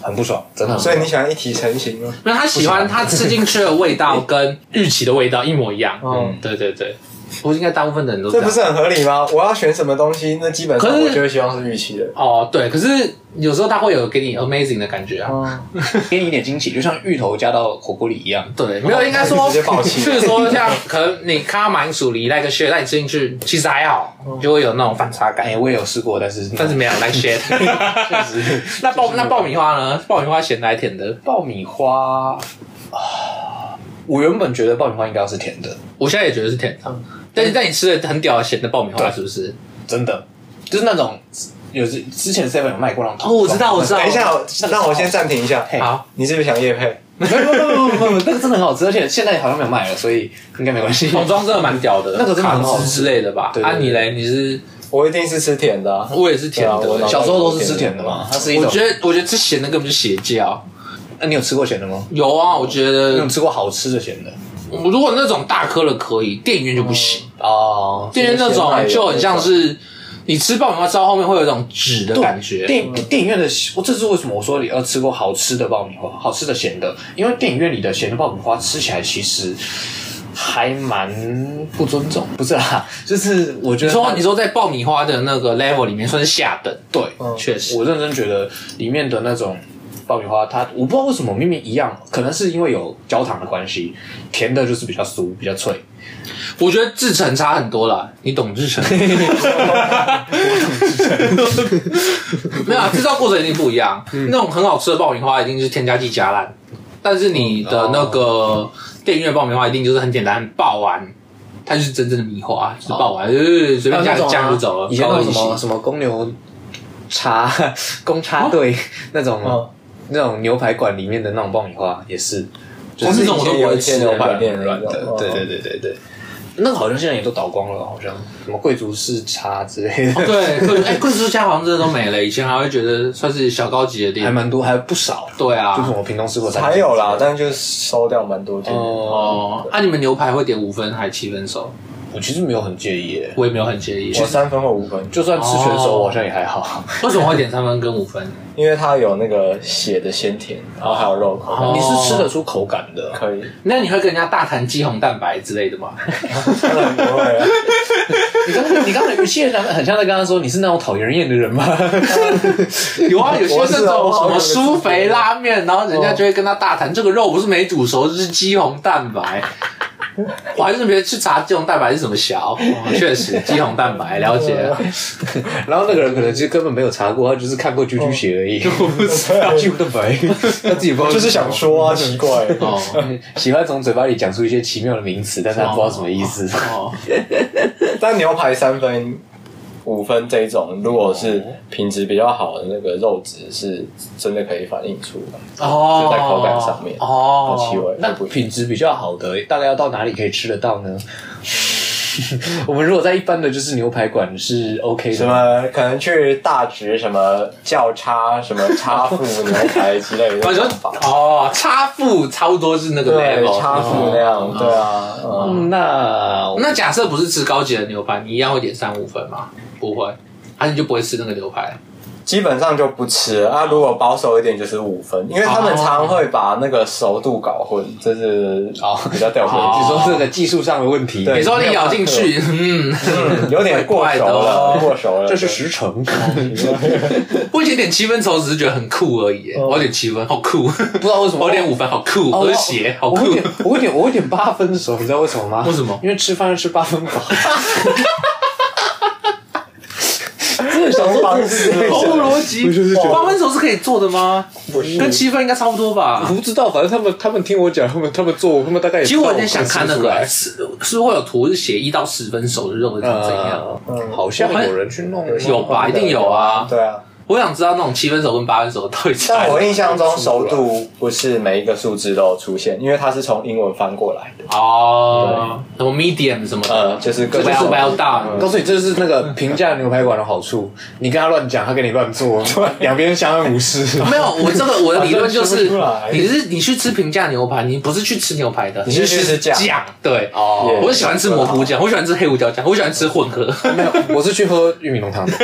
Speaker 3: 很不爽，真的很不
Speaker 2: 所
Speaker 3: 爽。
Speaker 2: 以你想一体成型吗？
Speaker 1: 因为他喜欢他吃进去的味道跟预期的味道一模一样。嗯
Speaker 2: 嗯，
Speaker 1: 对对对，我应该大部分的人都
Speaker 2: 这
Speaker 1: 这
Speaker 2: 不
Speaker 1: 样。
Speaker 2: 是很合理吗？我要选什么东西，那基本上
Speaker 1: 啊可是
Speaker 2: 我就会希望是预期的。
Speaker 1: 哦，对，可是有时候他会有给你 amazing 的感觉啊。
Speaker 3: 给你一点惊喜，就像芋头加到火锅里一样。
Speaker 1: 对，没有，应该说，
Speaker 2: 直接爆气
Speaker 1: 就是说像可能你看到马铃薯梨那个屑，但你吃进去其实还好，就会有那种反差感
Speaker 3: 哎、。我也有试过，但是
Speaker 1: 但是没有 like *laughs* shit。
Speaker 3: 确实
Speaker 1: 那爆那爆米花呢？爆米花咸的还是甜的？
Speaker 3: 爆米花，啊我原本觉得爆米花应该要是甜的，
Speaker 1: 我现在也觉得是甜的，但是但你吃的很屌的咸的爆米花
Speaker 3: 对
Speaker 1: 是不是？
Speaker 3: 真的就是那种有之之前 seven 有卖过那种。
Speaker 1: 哦我知道我知道
Speaker 2: 等一下，我让我先暂停一下。
Speaker 3: 嘿
Speaker 1: 好，
Speaker 2: 你是不是想夜配？
Speaker 3: 不不不不不，哦那个真的很好吃，而且现在好像没有卖了，所以应该没关系。
Speaker 1: 桶装真的蛮屌的，
Speaker 3: 那个真的
Speaker 1: 卡
Speaker 3: 很好
Speaker 1: 汁之类的吧？
Speaker 3: 对对
Speaker 1: 啊，
Speaker 3: 对
Speaker 1: 你嘞？你是
Speaker 2: 我一定是吃甜的啊。
Speaker 1: 我也是甜
Speaker 2: 对啊我
Speaker 1: 的，
Speaker 2: 也
Speaker 1: 小
Speaker 3: 小时候都是吃甜的嘛，它是一
Speaker 1: 我
Speaker 3: 种。
Speaker 1: 觉得我觉得吃咸的根本就邪教。
Speaker 3: 那你有吃过咸的吗？
Speaker 1: 有啊，我觉
Speaker 3: 你
Speaker 1: 得
Speaker 3: 有吃过好吃的咸的？
Speaker 1: 我如果那种大颗的可以，店员就不行。
Speaker 3: 哦，
Speaker 1: 店员那种就很像是你吃爆米花之后，后面会有一种纸的感觉。
Speaker 3: 电电影院的，我这是为什么我说你要吃过好吃的爆米花，好吃的咸的，因为电影院里的咸的爆米花吃起来其实还蛮不尊重，不是啦，就是我觉
Speaker 1: 你
Speaker 3: 得它
Speaker 1: 说你说在爆米花的那个 level 里面算是下等，
Speaker 3: 对，
Speaker 1: 确实。
Speaker 3: 我认真觉得里面的那种爆米花，它我不知道为什么明明一样，可能是因为有焦糖的关系，甜的就是比较酥，比较脆，
Speaker 1: 我觉得制成差很多啦，你懂制成？没有、啊，制造过程一定不一样。
Speaker 3: 嗯
Speaker 1: 那种很好吃的爆米花一定是添加剂加烂，但是你的那个电影院爆米花一定就是很简单爆完，它就是真正的米花，就是爆完，就是随便加个酱就走了。
Speaker 3: 啊以前
Speaker 1: 高
Speaker 3: 哦那
Speaker 1: 一
Speaker 3: 种什么
Speaker 1: 些
Speaker 3: 什么公牛叉 *laughs* 公叉队、那种、
Speaker 2: 哦
Speaker 3: 那种牛排馆里面的那种爆米花也是，就
Speaker 1: 但
Speaker 3: 是
Speaker 1: 是那种我都不会吃
Speaker 2: 牛排
Speaker 1: 软
Speaker 2: 店的
Speaker 1: 软
Speaker 2: 那
Speaker 3: 哦的哦
Speaker 2: 种，
Speaker 3: 对对对对对。那个好像现在也都倒光了，好像什么贵族式叉之类的，
Speaker 1: *laughs* 对，贵哎贵族家好像真的都没了，以前还会觉得算是小高级的
Speaker 3: 还
Speaker 1: 店。
Speaker 3: 蛮多，还不少。
Speaker 1: 对啊
Speaker 3: 就是，我屏东吃过三
Speaker 2: 还有啦，但就是收掉蛮多店。
Speaker 3: 哦，
Speaker 1: 哦，啊，你们牛排会点五分还七分熟？
Speaker 3: 我其实没有很介意耶，
Speaker 1: 我也没有很介意。
Speaker 2: 我三分或五分，
Speaker 3: 就算吃全熟，
Speaker 1: 哦
Speaker 3: 我好像也还好。
Speaker 1: 为什么会点三分跟五分？
Speaker 2: 因为它有那个血的鲜甜，然后还有肉口
Speaker 1: 哦
Speaker 2: 感，
Speaker 3: 你是吃得出口感的，
Speaker 2: 可以。
Speaker 1: 那你会跟人家大谈肌红蛋白之类的吗？
Speaker 2: 当然不会啊，
Speaker 3: 你刚才你刚才语气很很像在跟他说，你是那种讨人厌的人 *laughs* 吗？
Speaker 1: 有啊，有些
Speaker 2: 我是
Speaker 1: 那
Speaker 2: 啊
Speaker 1: 种
Speaker 3: 哦
Speaker 2: 我
Speaker 1: 什
Speaker 2: 好
Speaker 1: 么
Speaker 2: 像有
Speaker 1: 酥肥拉面，然后人家就会跟他大谈这个肉不是没煮熟，就是肌红蛋白。我还是别去查肌红蛋白是什么小，哦确实肌红蛋白了解了。
Speaker 3: 然后那个人可能其实根本没有查过，他就是看过猪猪血而已，哦 *laughs* 我不知道猪的白，他自己不知道
Speaker 2: 就是想说啊，奇怪。
Speaker 1: 哦
Speaker 3: *laughs* 喜欢从嘴巴里讲出一些奇妙的名词，但是他不知道什么意思。 *laughs*
Speaker 1: 哦，
Speaker 2: 但牛排三分、五分这种，如果是品质比较好的那个肉质，是真的可以反映出来，
Speaker 1: 哦
Speaker 2: 就在口感上面
Speaker 1: 哦，
Speaker 2: 气味
Speaker 3: 那
Speaker 2: 会不一样
Speaker 3: 品质比较好的，大概要到哪里可以吃得到呢？ *laughs* 我们如果在一般的就是牛排馆是 OK
Speaker 2: 什
Speaker 3: 的吗，
Speaker 2: 么可能去大直什么叫叉什么叉腹牛排之类的
Speaker 1: 我说
Speaker 2: 做法，
Speaker 1: 哦，差负差不多是那个
Speaker 2: 对
Speaker 1: level。
Speaker 2: 叉腹那样，对啊，嗯，
Speaker 3: 嗯那
Speaker 1: 那假设不是吃高级的牛排，你一样会点三五分吗？不会，啊，你就不会吃那个牛排。
Speaker 2: 基本上就不吃啊。如果保守一点就是五分，因为他们常会把那个熟度搞混，这是
Speaker 3: 哦
Speaker 2: 比较掉
Speaker 1: 哦
Speaker 2: 分
Speaker 3: 你。说这个技术上的问题，
Speaker 2: 对
Speaker 1: 你说你咬进去，嗯，
Speaker 2: 嗯有点过熟了，过熟了，
Speaker 3: 这是十成。
Speaker 1: 嗯我以前点七分熟只是觉得很酷而已，我点七分好酷，不
Speaker 3: 知道为什么
Speaker 1: 我点五分好酷，我
Speaker 3: 我
Speaker 1: 是斜好
Speaker 3: 我
Speaker 1: 酷
Speaker 3: 会，点，我会点，我会点八分熟，你知道为什么吗？
Speaker 1: 为什么
Speaker 3: 因为吃饭要吃八分饱。真的想
Speaker 2: 东
Speaker 3: 说
Speaker 2: 方思维
Speaker 1: 毫无逻辑
Speaker 3: 我就是觉。得
Speaker 1: 八分熟是可以做的吗？跟七分应该差不多吧
Speaker 3: 我。 *laughs* 不知道，反正他们他们听我讲，他们他们做，他们大概也
Speaker 1: 其
Speaker 3: 知
Speaker 1: 实
Speaker 3: 道
Speaker 1: 我有
Speaker 3: 可
Speaker 1: 点
Speaker 3: 能
Speaker 1: 想看那
Speaker 3: 吃不出
Speaker 1: 个
Speaker 3: 来
Speaker 1: 是是会有图是写一到十分熟的肉是长怎样，
Speaker 3: 呃，
Speaker 2: 嗯
Speaker 3: 好像有人去弄
Speaker 1: 有吧？一定有啊。
Speaker 2: 对啊。
Speaker 1: 我想知道那种七分熟跟八分熟到底差
Speaker 2: 但我
Speaker 1: 在
Speaker 2: 印象中熟度不是每一个数字都有出现，因为它是从英文翻过来的，
Speaker 1: 哦，什么 medium 什么
Speaker 2: 呃，
Speaker 1: 的
Speaker 2: 就是各
Speaker 1: 这
Speaker 2: 种
Speaker 1: 就是 well done
Speaker 3: 告诉你，这是那个平价牛排馆的好处。你跟他乱讲，他跟你
Speaker 1: *laughs*
Speaker 3: 乱做，两边相安无事。
Speaker 1: 没有，我这个我的理论就
Speaker 2: 反正吃
Speaker 1: 是
Speaker 2: 不出来，
Speaker 1: 你是你去吃平价牛排，你不是去吃牛排的，你
Speaker 2: 是去
Speaker 1: 吃
Speaker 2: 吃酱
Speaker 1: 酱。对，
Speaker 3: 哦
Speaker 1: 我喜欢吃蘑菇酱，我喜欢吃黑胡椒酱，我喜欢吃混合。
Speaker 3: 没有，我是去喝玉米浓汤的。 *laughs*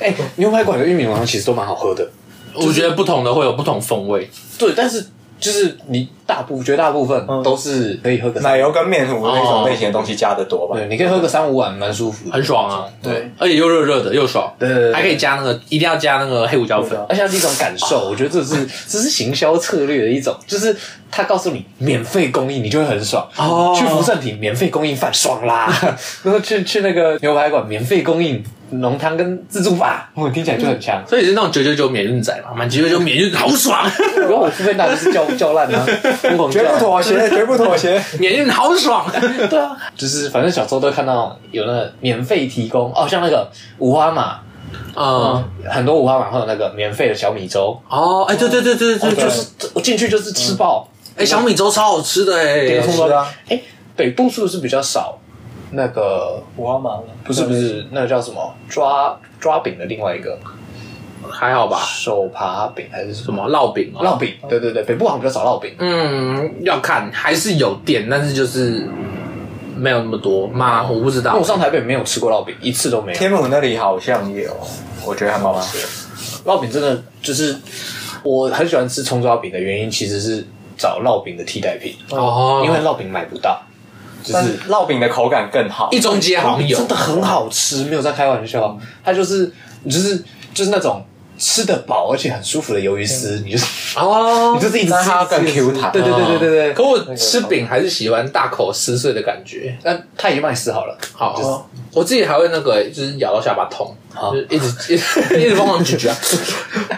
Speaker 3: 哎、牛排馆的玉米浓汤其实都蛮好喝的。
Speaker 1: 我觉得不同的会有不同风味。
Speaker 3: 对，但是就是你大部绝大部分都是可以喝个
Speaker 2: 嗯
Speaker 3: 三
Speaker 2: *laughs* 奶油跟面糊那
Speaker 1: 哦
Speaker 2: 种类型的东西加的多吧
Speaker 3: 对，？你可以喝个三五碗，蛮舒服的，
Speaker 1: 很爽啊！
Speaker 3: 对，
Speaker 1: 而且又热热的，又爽。
Speaker 3: 对对对
Speaker 1: 还可以加那个，一定要加那个黑胡椒粉。
Speaker 3: 而且它是一种感受，我觉得这是这是行销策略的一种，就是他告诉你免费供应，你就会很爽。
Speaker 1: 哦
Speaker 3: 去福盛品免费供应饭爽啦，然后去去那个牛排馆免费供应浓汤跟自助吧，我听起来就很强。
Speaker 1: 所以是那种九九九免运仔嘛，满九九九免运好爽。
Speaker 3: 然后我付费大就是叫叫烂啊，疯狂
Speaker 2: 绝
Speaker 3: 叫
Speaker 2: 不妥协，绝哎不妥
Speaker 3: *laughs*
Speaker 2: 协。
Speaker 1: 年运好爽，
Speaker 3: 对啊，就是反正小时候都看到有那个免费提供哦，像那个五花马，
Speaker 1: 嗯，
Speaker 3: 很多五花马会有那个免费的小米粥，
Speaker 1: 哦，哎，对对对对对，
Speaker 3: 就
Speaker 1: 就是，
Speaker 3: 是我进去就是吃爆，
Speaker 1: 哎，小米粥超好吃的，
Speaker 3: 点个
Speaker 1: 哎，
Speaker 3: 葱包
Speaker 2: 是啊，
Speaker 3: 哎，北部是不是比较少？那个
Speaker 2: 我要忙了，
Speaker 3: 不是不是，那个叫什么抓抓饼的另外一个
Speaker 1: 还好吧？
Speaker 3: 手扒饼还是什
Speaker 1: 什
Speaker 3: 么
Speaker 1: 么烙饼啊？
Speaker 3: 烙饼？对对对，北部好像比较少烙饼。
Speaker 1: 嗯，要看，还是有店，但是就是没有那么多吗？我不知
Speaker 3: 因为
Speaker 1: 道
Speaker 3: 我。上台北没有吃过烙饼，一次都没有。
Speaker 2: 天母那里好像也有，我觉得还蛮好吃的。
Speaker 3: 烙饼真的就是我很喜欢吃葱抓饼的原因，其实是找烙饼的替代品，
Speaker 1: 哦，
Speaker 3: 因为烙饼买不到，就
Speaker 2: 但
Speaker 3: 是
Speaker 2: 是烙饼的口感更好
Speaker 1: 一。中街好像有
Speaker 3: 哦真，的很好吃，没有在开玩笑。嗯它就是就是就是那种吃得饱而且很舒服的鱿鱼丝，你就是
Speaker 1: 哦
Speaker 3: 你，就是一直吃
Speaker 2: 但它更
Speaker 3: 一直吃
Speaker 2: Q 弹
Speaker 3: 对对对对对对。
Speaker 1: 可我吃饼还是喜欢大口撕碎的感觉。
Speaker 3: 那它已经帮你撕好了，
Speaker 1: 好，
Speaker 3: 就是
Speaker 1: 我自己还会那个，就是咬到下巴痛，
Speaker 3: 好
Speaker 1: 就是一直一直 *laughs* 一直疯狂咀嚼。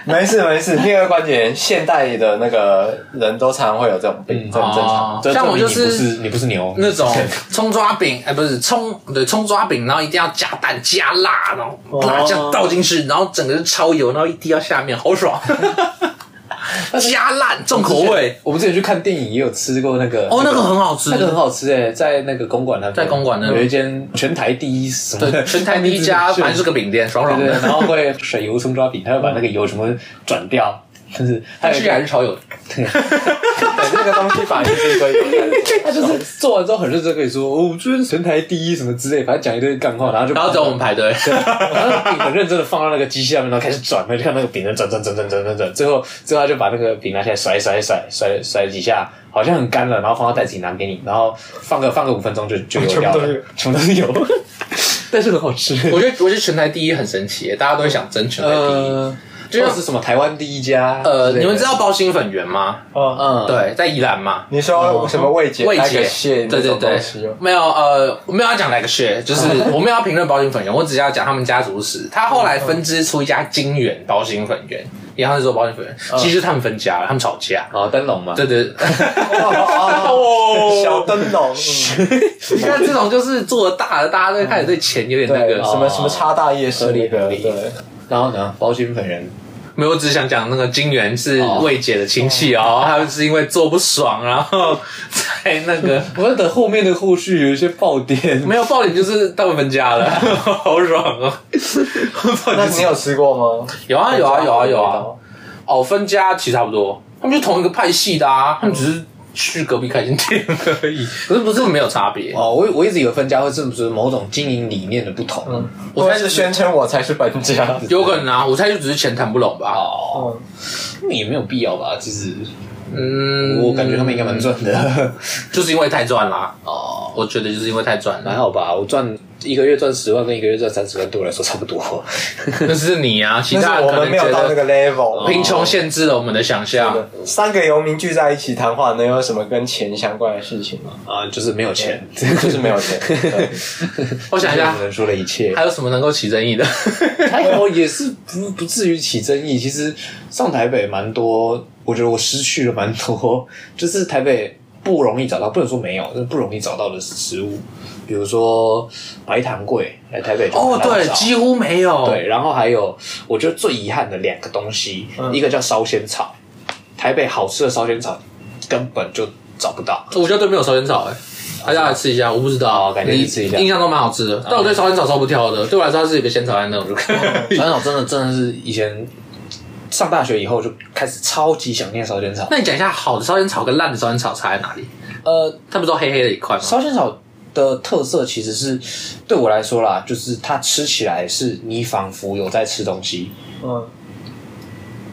Speaker 2: 没事没事，颞颌关节，现代的那个人都常会有这种
Speaker 3: 嗯
Speaker 2: 病，这很正
Speaker 1: 哦
Speaker 2: 常。
Speaker 3: *laughs* 这
Speaker 1: 像我
Speaker 3: 证明
Speaker 1: 就是
Speaker 3: 你不是你不是牛
Speaker 1: 那种葱抓饼，哎，不是葱，对，葱抓饼，然后一定要加蛋加辣，然
Speaker 3: 哦
Speaker 1: 后辣酱倒进去，然后整个是超油，然后一滴到下面，好
Speaker 3: *laughs*
Speaker 1: 爽。加烂重口味，
Speaker 3: 我们之前去看电影也有吃过那个
Speaker 1: 哦，那个很好吃，
Speaker 3: 那个很好吃诶、在那个公馆那边，
Speaker 1: 在公馆那边
Speaker 3: 有一间全台第一什么的
Speaker 1: 对，全台第一家，反正是个饼店，爽
Speaker 3: 对
Speaker 1: 爽
Speaker 3: 对，然
Speaker 1: 的。
Speaker 3: 后会水油葱抓饼，他会把那个油什么转掉，就是它
Speaker 1: 但
Speaker 3: 有一
Speaker 1: 是还
Speaker 3: 个
Speaker 1: 是超有的，
Speaker 2: 对，那个东西反应是最
Speaker 3: *laughs* 他就是做完之后很认真跟你说，哦，我觉得全台第一什么之类，反正讲一堆干话，然后就
Speaker 1: 然后等我们排队。
Speaker 3: 然后 *laughs* 饼很认真的放到那个机器上面，然后开始转，然后就看那个饼在转转转转转转转，最后最后他就把那个饼拿起来甩甩甩甩甩几下，好像很干了，然后放到袋子里拿给你，然后放个放个五分钟就就
Speaker 1: *laughs*
Speaker 3: 油掉
Speaker 2: 全部都
Speaker 3: 了
Speaker 2: 是，
Speaker 3: 全部都是油， *laughs* 但是很好吃。
Speaker 1: *laughs* 我觉得我觉得全台第一很神奇，大家都会想争全台第一。
Speaker 3: 呃，
Speaker 1: 就
Speaker 3: 就
Speaker 1: 像
Speaker 3: 像是什么台湾第一家之类的，
Speaker 1: 呃，你们知道包心粉圆吗？
Speaker 2: 嗯，
Speaker 3: 嗯，
Speaker 1: 对，在宜兰嘛。
Speaker 2: 你说什么味觉、
Speaker 1: 哦味
Speaker 2: 那
Speaker 1: 姐
Speaker 2: 个蟹，
Speaker 1: 对对对， *laughs* 没有呃，我没有要讲哪个蟹，就是我
Speaker 2: 嗯
Speaker 1: 没有要评论包心粉圆，我只要讲他们家族史。他后来分支出一家金源包心粉圆，也他是做包心粉圆，
Speaker 2: 嗯
Speaker 1: 其实就是他们分家了，他们吵架。
Speaker 3: 哦，灯笼嘛，
Speaker 1: 对对， *laughs*
Speaker 2: 哦，小灯笼，嗯
Speaker 1: 你看这种就是做的大的，大家都会开始对钱有点那
Speaker 2: 对，哦
Speaker 1: 个。
Speaker 2: 什么什么叉大夜市那
Speaker 3: 合
Speaker 2: 个，
Speaker 3: 理
Speaker 2: 对，
Speaker 3: 然后呢，包心粉圆，
Speaker 1: 没有，我只是想讲那个金源是魏姐的亲戚哦，他们是因为做不爽，然后才那个。
Speaker 3: 我在等后面的后续有一些爆点，
Speaker 1: *laughs* 没有爆点就是他们分家了， *laughs* 好爽
Speaker 2: *laughs*
Speaker 1: 哦！爆
Speaker 2: 那
Speaker 1: 点就是
Speaker 2: 你有吃过吗？
Speaker 1: 有啊有啊有啊有啊！哦，分家其实差不多，他们就同一个派系的啊，他们只是去隔壁开间店而 *laughs* 已，不是不是没有差别。
Speaker 3: 哦，我我一直以为分家会是不是某种经营理念的不同？
Speaker 1: 嗯
Speaker 2: 我才是宣称我才是本家，
Speaker 1: 有可能啊，我猜就只是钱谈不拢吧。
Speaker 3: 哦，
Speaker 2: 嗯
Speaker 3: 也没有必要吧，就是
Speaker 1: 嗯，
Speaker 3: 我感觉他们应该蛮赚的，
Speaker 1: 就是因为太赚啦，
Speaker 3: 哦，
Speaker 1: 我觉得就是因为太赚
Speaker 3: *laughs* 还
Speaker 1: 了。
Speaker 3: 好吧，我赚一个月赚十万跟一个月赚三十万对我来说差不多，
Speaker 1: *laughs*
Speaker 3: *laughs*
Speaker 1: 那是你啊，其
Speaker 2: 但
Speaker 1: 他
Speaker 2: 是
Speaker 1: 人
Speaker 2: 我
Speaker 1: 可能
Speaker 2: 们没
Speaker 1: 觉
Speaker 2: 有到
Speaker 1: 得哦
Speaker 2: 那
Speaker 1: 嗯
Speaker 2: 个 level。嗯
Speaker 1: 贫穷限制了我们的想象。
Speaker 2: 三个游民聚在一起谈话，能有什么跟钱相关的事情吗？
Speaker 3: 啊，就是没有钱，
Speaker 2: 就是没有钱。对
Speaker 1: 我想一下
Speaker 3: *laughs* 我，能说的一 *laughs* 切，
Speaker 1: 还有什么能够起争议 *laughs* 的？
Speaker 3: 还好也是不不至于起争议。其实上台北蛮多，我觉得我失去了蛮多， *laughs* 就是台北不容易找到，不能说没有，就是不容易找到的食物，比如说白糖桂，来台北就
Speaker 1: 哦，
Speaker 3: 很难
Speaker 1: 对，
Speaker 3: 找
Speaker 1: 几乎没有。
Speaker 3: 对，然后还有我觉得最遗憾的两个东西，一个叫烧仙草，台北好吃的烧仙草根本就找不到。
Speaker 1: 我家对面有烧仙草哎、大家来吃一下，我不知道，啊
Speaker 3: 哦改天去吃一下嗯
Speaker 1: 印象都蛮好吃的。但我对烧仙草超不挑的，对我来说它是一个仙草安
Speaker 3: *laughs*
Speaker 1: 那种就可以。
Speaker 3: 烧仙草真的真的是以前上大学以后就开始超级想念烧仙草，
Speaker 1: 那你讲一下好的烧仙草跟烂的烧仙草差在哪里？
Speaker 3: 呃，
Speaker 1: 它不是都黑黑的一块吗？
Speaker 3: 烧仙草的特色其实是对我来说啦，就是它吃起来是你仿佛有在吃东西，
Speaker 2: 嗯，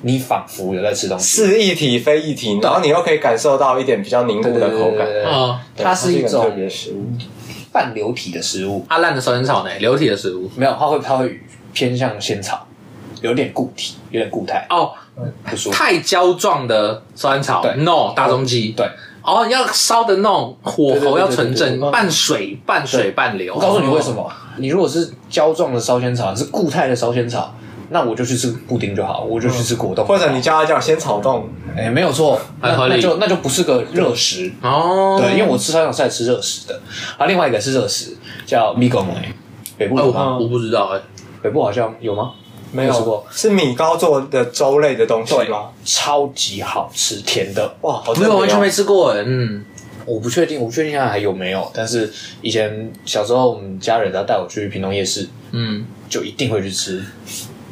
Speaker 3: 你仿佛有在吃东西。
Speaker 2: 是一体非一体，然后你又可以感受到一点比较凝固的口感。
Speaker 3: 对
Speaker 1: 嗯，
Speaker 2: 对
Speaker 3: 它是一
Speaker 2: 个特别
Speaker 3: 种
Speaker 2: 的食物，
Speaker 3: 半流体的食物，
Speaker 1: 啊，烂的烧仙草呢？流体的食物
Speaker 3: 没有，它会它会偏向仙草，有点固体，有点固态，
Speaker 1: 哦，
Speaker 3: 嗯不舒服。
Speaker 1: 太胶状的烧仙草
Speaker 3: 对
Speaker 1: ，no，大中鸡。
Speaker 3: 对，
Speaker 1: 哦，要烧的那种火
Speaker 3: 对对
Speaker 1: 候
Speaker 3: 对
Speaker 1: 要
Speaker 3: 对
Speaker 1: 纯
Speaker 3: 对
Speaker 1: 正，
Speaker 3: 对
Speaker 1: 半水半水半流。
Speaker 2: 哦
Speaker 3: 我告诉你为什么，你如果是胶状的烧仙草，你是固态的烧仙草，那我就去吃布丁就好，我就去吃果冻就好，
Speaker 2: 或者你叫他叫先炒冻，
Speaker 3: 哎，没有错，那
Speaker 1: 合理
Speaker 3: 那就那就不是个热食，
Speaker 1: 哦，
Speaker 3: 对，因为我吃烧烤是爱吃热食的，啊，另外一个是热食叫米狗梅，北部
Speaker 1: 哎
Speaker 3: 有
Speaker 1: 我
Speaker 3: 吗？
Speaker 1: 我不知道哎，
Speaker 3: 北部好像有吗？
Speaker 2: 没
Speaker 3: 吃过
Speaker 2: 有，是米糕做的粥类的东西吗？
Speaker 3: 超级好吃，甜的，
Speaker 2: 哇，好特
Speaker 1: 没
Speaker 2: 别哦
Speaker 1: 有完全没吃过哎，嗯，
Speaker 3: 我不确定，我不确定现在还有没有，但是以前小时候我们家人要带我去屏东夜市，
Speaker 1: 嗯，
Speaker 3: 就一定会去吃，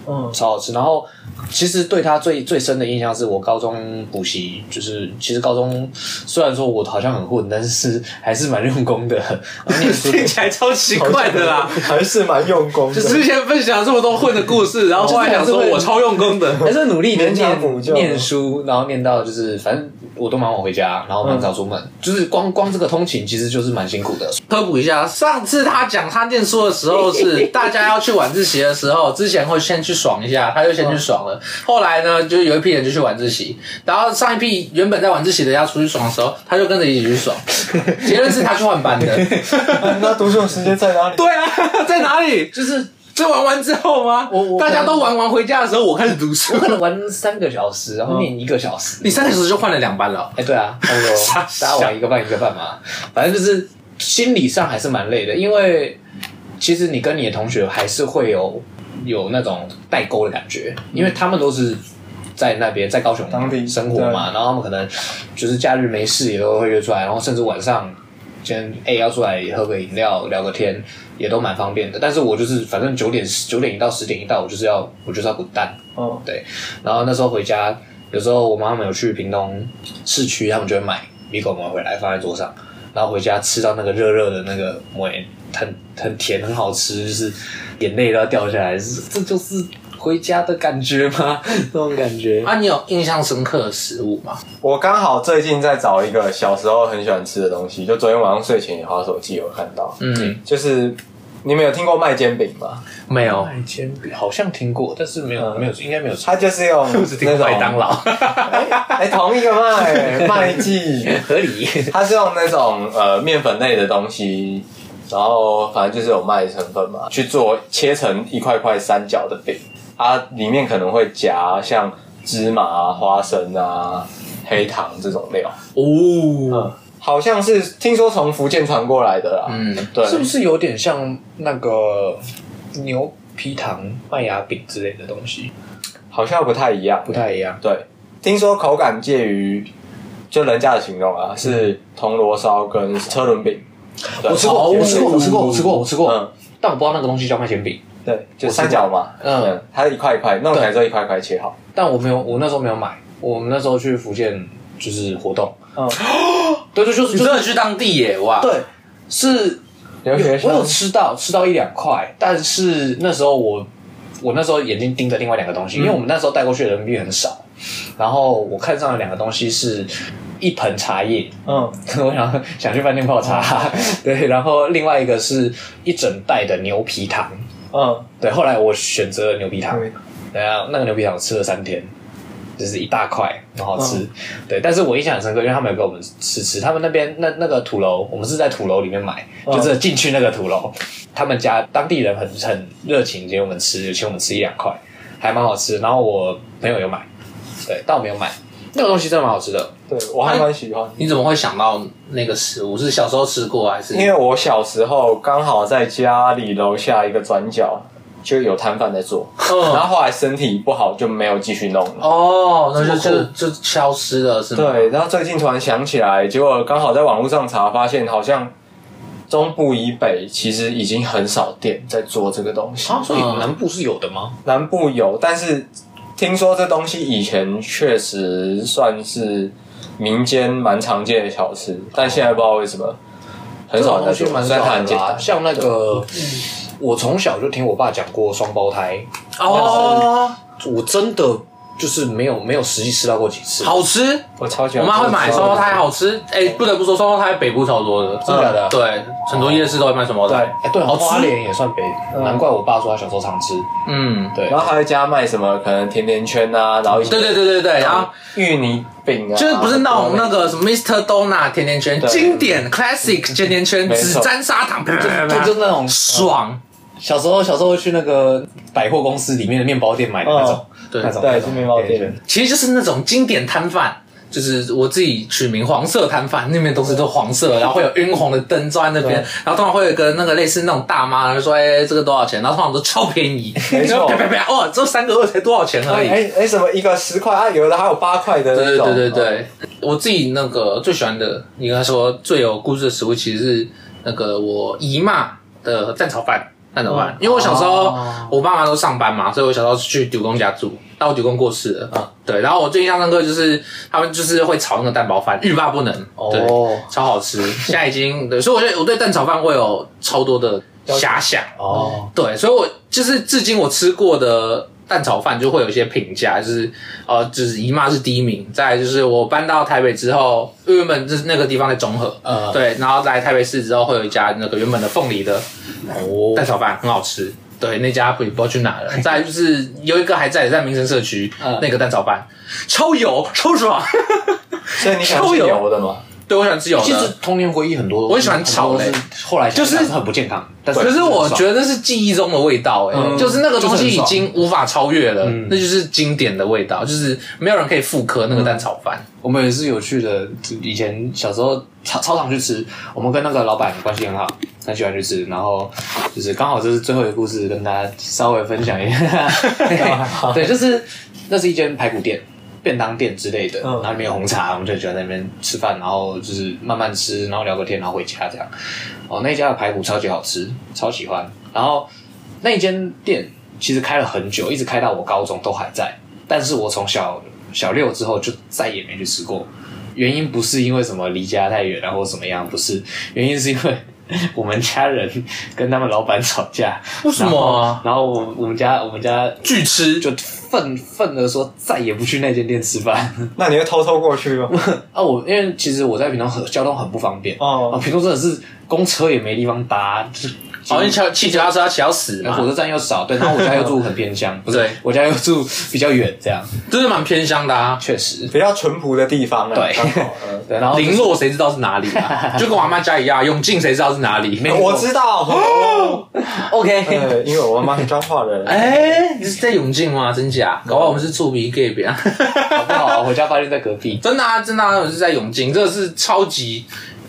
Speaker 2: 嗯
Speaker 3: 超好吃。然后其实对它最最深的印象是我高中补习，就是其实高中虽然说我好像很混，但是还是蛮用功的， *laughs* 然后念
Speaker 1: *laughs*
Speaker 3: 书
Speaker 1: 听起来超奇怪的 *laughs* 啦。
Speaker 2: 还是蛮用功的，
Speaker 1: 之前分享这么多混的故事，然后后来想说我超用功的， *laughs*
Speaker 3: 还是努力的
Speaker 2: 勉强补救
Speaker 3: 念念书，然后念到就是反正我都蛮晚回家，然后蛮早出
Speaker 2: 嗯
Speaker 3: 门，就是光光这个通勤其实就是蛮辛苦的。
Speaker 1: 科普一下，上次他讲他念书的时候是 *laughs* 大家要去晚自习的时候，之前会先去爽一下，他就先去爽了。后来呢，就有一批人就去晚自习，然后上一批原本在晚自习的要出去爽的时候，他就跟着一起去爽。 *laughs* 结论是他去换班的。
Speaker 2: 嗯那读书的时间在哪里？
Speaker 1: *laughs* 对啊，在哪里？就是这玩完之后吗？
Speaker 3: 我我
Speaker 1: 大家都玩完回家的时候，我开始读 *laughs* 书
Speaker 3: 我。可能玩三个小时，然后念一个小时。
Speaker 1: 你三个小时就换了两班了。哦
Speaker 3: 哎、对啊，差不多
Speaker 1: 傻，
Speaker 3: 大家
Speaker 1: 笑
Speaker 3: 玩一个半一个半嘛，反正就是心理上还是蛮累的，因为其实你跟你的同学还是会有有那种代沟的感觉，因为他们都是。在那边，在高雄
Speaker 2: 当地
Speaker 3: 生活嘛，然后他们可能就是假日没事也都会约出来，然后甚至晚上今天哎、要出来喝个饮料聊个天，也都蛮方便的。但是我就是反正九点九点一到十点一到，我就是要我就是要滚蛋，
Speaker 2: 嗯，
Speaker 3: 对，然后那时候回家，有时候我妈妈有去屏东市区，他们就会买米狗馍回来放在桌上，然后回家吃到那个热热的那个馍，很很甜，很好吃，就是眼泪都要掉下来，是这就是回家的感觉吗？ *laughs* 那种感觉。
Speaker 1: 啊，你有印象深刻的食物吗？
Speaker 2: 我刚好最近在找一个小时候很喜欢吃的东西，就昨天晚上睡前也滑手机有看到，
Speaker 1: 嗯，
Speaker 2: 就是你们有听过麦煎饼吗？
Speaker 1: 没 *laughs* 有。
Speaker 3: 麦煎饼好像听过，但是没有、没有，应该没有吃。
Speaker 2: 它就是用那种
Speaker 1: 麦当劳，
Speaker 2: *laughs* 哎、同一个麦麦记，
Speaker 3: 合理， *laughs*
Speaker 2: 它是用那种呃面粉类的东西，然后反正就是有麦的成分嘛，去做切成一块块三角的饼，啊，里面可能会夹像芝麻、啊、花生啊、黑糖这种料，
Speaker 1: 哦，
Speaker 2: 好像是听说从福建传过来的啦。
Speaker 1: 嗯，
Speaker 2: 对，
Speaker 3: 是不是有点像那个牛皮糖、麦芽饼之类的东西？
Speaker 2: 好像不太一样。
Speaker 3: 不太一样。
Speaker 2: 对，听说口感介于，就人家的形容啊，是铜锣烧跟车轮饼。对
Speaker 3: 嗯我吃过，我吃过，我吃过，我吃过，我吃过，
Speaker 2: 嗯
Speaker 3: 但我不知道那个东西叫麦煎饼，
Speaker 2: 对，就
Speaker 3: 我吃过
Speaker 2: 三角嘛，
Speaker 3: 嗯
Speaker 2: 嗯，它一块一块弄起来之后一块一块切好，
Speaker 3: 但我没有，我那时候没有买，我们那时候去福建就是活动，
Speaker 2: 嗯，
Speaker 3: 对对，就是
Speaker 1: 你
Speaker 3: 就
Speaker 1: 真的
Speaker 3: 是
Speaker 1: 去当地耶哇！
Speaker 3: 对，是
Speaker 2: 留学
Speaker 3: 有我有
Speaker 2: 生
Speaker 3: 吃到吃到一两块，但是那时候我我那时候眼睛盯着另外两个东西，因为我们那时候带过去的人民币很少，然后我看上了两个东西是一盆茶叶， *laughs*
Speaker 2: 嗯，
Speaker 3: 我想想去饭店泡茶， *laughs* 对，然后另外一个是一整袋的牛皮糖，
Speaker 2: 嗯，
Speaker 3: 对，后来我选择了牛皮糖。
Speaker 2: 对
Speaker 3: 然后啊那个牛皮糖吃了三天，就是一大块，很好吃。对，但是我印象很深刻，因为他们有给我们试吃，他们那边那那个土楼，我们是在土楼里面买，
Speaker 2: 嗯
Speaker 3: 就是进去那个土楼，他们家当地人很很热情，给我们吃，请我们吃一两块，还蛮好吃。然后我朋友有买，对，但我没有买。那个东西真的蛮好吃的，
Speaker 2: 对我还蛮喜欢，
Speaker 1: 你怎么会想到那个食物？是小时候吃过还
Speaker 3: 哎
Speaker 1: 是？
Speaker 2: 因为我小时候刚好在家里楼下一个转角就有摊贩在做，然
Speaker 1: 嗯，
Speaker 2: 后后来身体不好就没有继续弄了。
Speaker 1: 哦，那就
Speaker 3: 这么
Speaker 1: 就就消失了是吗？
Speaker 2: 对，然后最近突然想起来，结果刚好在网络上查，发现好像中部以北其实已经很少店在做这个东西，
Speaker 3: 啊，所以
Speaker 1: 嗯
Speaker 3: 南部是有的吗？
Speaker 2: 南部有，但是听说这东西以前确实算是民间蛮常见的小吃，但现在不知道为什么很
Speaker 3: 这
Speaker 2: 少人
Speaker 3: 种东
Speaker 2: 在
Speaker 3: 西
Speaker 2: 做，
Speaker 3: 蛮
Speaker 2: 虽然它
Speaker 3: 少
Speaker 2: 很
Speaker 3: 的
Speaker 2: 简
Speaker 3: 啦，嗯
Speaker 2: 单。
Speaker 3: 像那个，我从小就听我爸讲过双胞胎，
Speaker 1: 哦，
Speaker 3: 我真的就是没有没有实际吃到过几次，
Speaker 1: 好吃，
Speaker 2: 我超喜
Speaker 1: 我
Speaker 2: 欢，
Speaker 1: 妈会买双胞胎，好吃。哎，不得不说，双胞胎北部超多的，嗯
Speaker 3: 真的假的？
Speaker 1: 对，很多夜市都会卖双胞胎。
Speaker 3: 哎、对，
Speaker 1: 好
Speaker 3: 好
Speaker 1: 吃
Speaker 3: 花莲也算北，难怪我爸说他小时候常吃。
Speaker 1: 嗯，
Speaker 3: 对，
Speaker 2: 然后还会加卖什么可能甜甜圈啊，然后一些
Speaker 1: 对对对对对，然后
Speaker 2: 芋泥饼啊，
Speaker 1: 就是不是那种
Speaker 2: 然
Speaker 1: 那
Speaker 2: 后
Speaker 1: 个什么 Mr. Donut 甜甜圈，
Speaker 2: 对 *laughs*
Speaker 1: 经典 classic 甜甜圈，
Speaker 2: 没
Speaker 1: 只啊
Speaker 2: 错 *laughs*
Speaker 1: 沾砂糖，啪啪啪啪
Speaker 3: 就就那种
Speaker 1: 爽。
Speaker 3: 小时候小时候会去那个百货公司里面的面包店买的那种，
Speaker 1: 嗯对
Speaker 3: 那种
Speaker 2: 对
Speaker 3: 那种
Speaker 2: 去面包店
Speaker 3: 对
Speaker 1: 其实就是那种经典摊贩，就是我自己取名黄色摊贩，那边都是都黄色，然后会有晕红的灯照在那边
Speaker 2: 对，
Speaker 1: 然后通常会有一个那个类似那种大妈，然后说哎、这个多少钱，然后通常都超便宜，
Speaker 2: 没错
Speaker 1: 然后 *laughs* 啪啪啪，哇，这三个二才多少钱而已。
Speaker 2: 哎哎，什么一个十块啊，有的还有八块的那
Speaker 1: 对
Speaker 2: 种。哦
Speaker 1: 对对对，哦我自己那个最喜欢的，应该说最有故事的食物，其实是那个我姨妈的蛋炒饭。蛋炒饭，因为我小时候、我爸妈都上班嘛，所以我小时候是去丢公家住。但我丢公过世了，对。然后我最印象深刻就是他们就是会炒那个蛋包饭，欲罢不能，对，
Speaker 3: 哦
Speaker 1: 超好吃。现在已经对，所以我觉得我对蛋炒饭会有超多的遐想。
Speaker 3: 哦，
Speaker 1: 对，所以我就是至今我吃过的蛋炒饭就会有一些评价，就是呃，就是姨妈是第一名，再来就是我搬到台北之后，因为原本就是那个地方在中和，
Speaker 3: 嗯
Speaker 1: 对，然后来台北市之后会有一家那个原本的凤梨的
Speaker 3: 哦
Speaker 1: 蛋炒饭很好吃。对，那家不不知道去哪 *laughs* 了。再来就是有一个还在在民生社区、
Speaker 3: 嗯
Speaker 1: 那个蛋炒饭，超油超爽。
Speaker 2: 所以你喜欢吃
Speaker 1: 超有
Speaker 2: 油的吗？
Speaker 1: 对我喜欢吃油的，
Speaker 3: 其实童年回忆很多，
Speaker 1: 我喜欢炒的
Speaker 3: 很多是后来
Speaker 1: 就是
Speaker 3: 想想很不健康，但是
Speaker 1: 可是我
Speaker 3: 得
Speaker 1: 觉得是记忆中的味道、欸，
Speaker 3: 嗯
Speaker 1: 就是那嗯个东西
Speaker 3: 就是
Speaker 1: 已
Speaker 3: 很爽
Speaker 1: 经无法超越了，那就是经典的味道，就是没有人可以复刻那个蛋炒饭。
Speaker 3: 我们也是有去的，以前小时候超超常去吃，我们跟那个老板关系很好，很喜欢去吃，然后就是刚好这是最后一个故事，跟大家稍微分享一下。对，就是那是一间排骨店。便当店之类的，
Speaker 2: 嗯
Speaker 3: 然后里面有红茶，我们就喜欢在那边吃饭，然后就是慢慢吃，然后聊个天，然后回家这样。哦，那一家的排骨超级好吃，超喜欢。然后那一间店其实开了很久，一直开到我高中都还在。但是我从小小六之后就再也没去吃过，原因不是因为什么离家太远然后怎么样，不是，原因是因为 *laughs* 我们家人跟他们老板吵架。
Speaker 1: 为什么啊
Speaker 3: 然后？然后我我们家我们家
Speaker 1: 巨吃
Speaker 3: 就愤愤的说再也不去那间店吃饭。
Speaker 2: 那你会偷偷过去吗？
Speaker 1: *laughs*
Speaker 3: 啊，我因为其实我在屏东很交通很不方便
Speaker 2: 哦
Speaker 3: 啊，屏东真的是公车也没地方搭，就是
Speaker 1: 好像骑骑脚踏车骑到死
Speaker 3: 然后火
Speaker 1: 嘛，
Speaker 3: 车站又少，对，然后我家又住很偏乡，不是
Speaker 1: 对，
Speaker 3: 我家又住比较远，这样
Speaker 1: 真的蛮偏乡的啊。
Speaker 3: 确实
Speaker 2: 比较淳朴的地方啊，
Speaker 3: 对
Speaker 2: 刚好嗯
Speaker 3: 对，然后
Speaker 1: 零落谁知道是哪里
Speaker 3: *laughs*
Speaker 1: 啊？就跟我阿妈家一样，永靖谁知道是哪里？没
Speaker 2: 我知道，
Speaker 1: *laughs*
Speaker 2: 哦
Speaker 3: *laughs* OK，
Speaker 2: 呃因为我妈妈是彰化人。
Speaker 1: 哎，你是在永靖吗？真假？搞不好我们是住鼻 gay 别啊。
Speaker 3: 好不好啊？我家发现在隔壁，
Speaker 1: *laughs* 真的啊，真的啊，我是在永靖，这个是超级。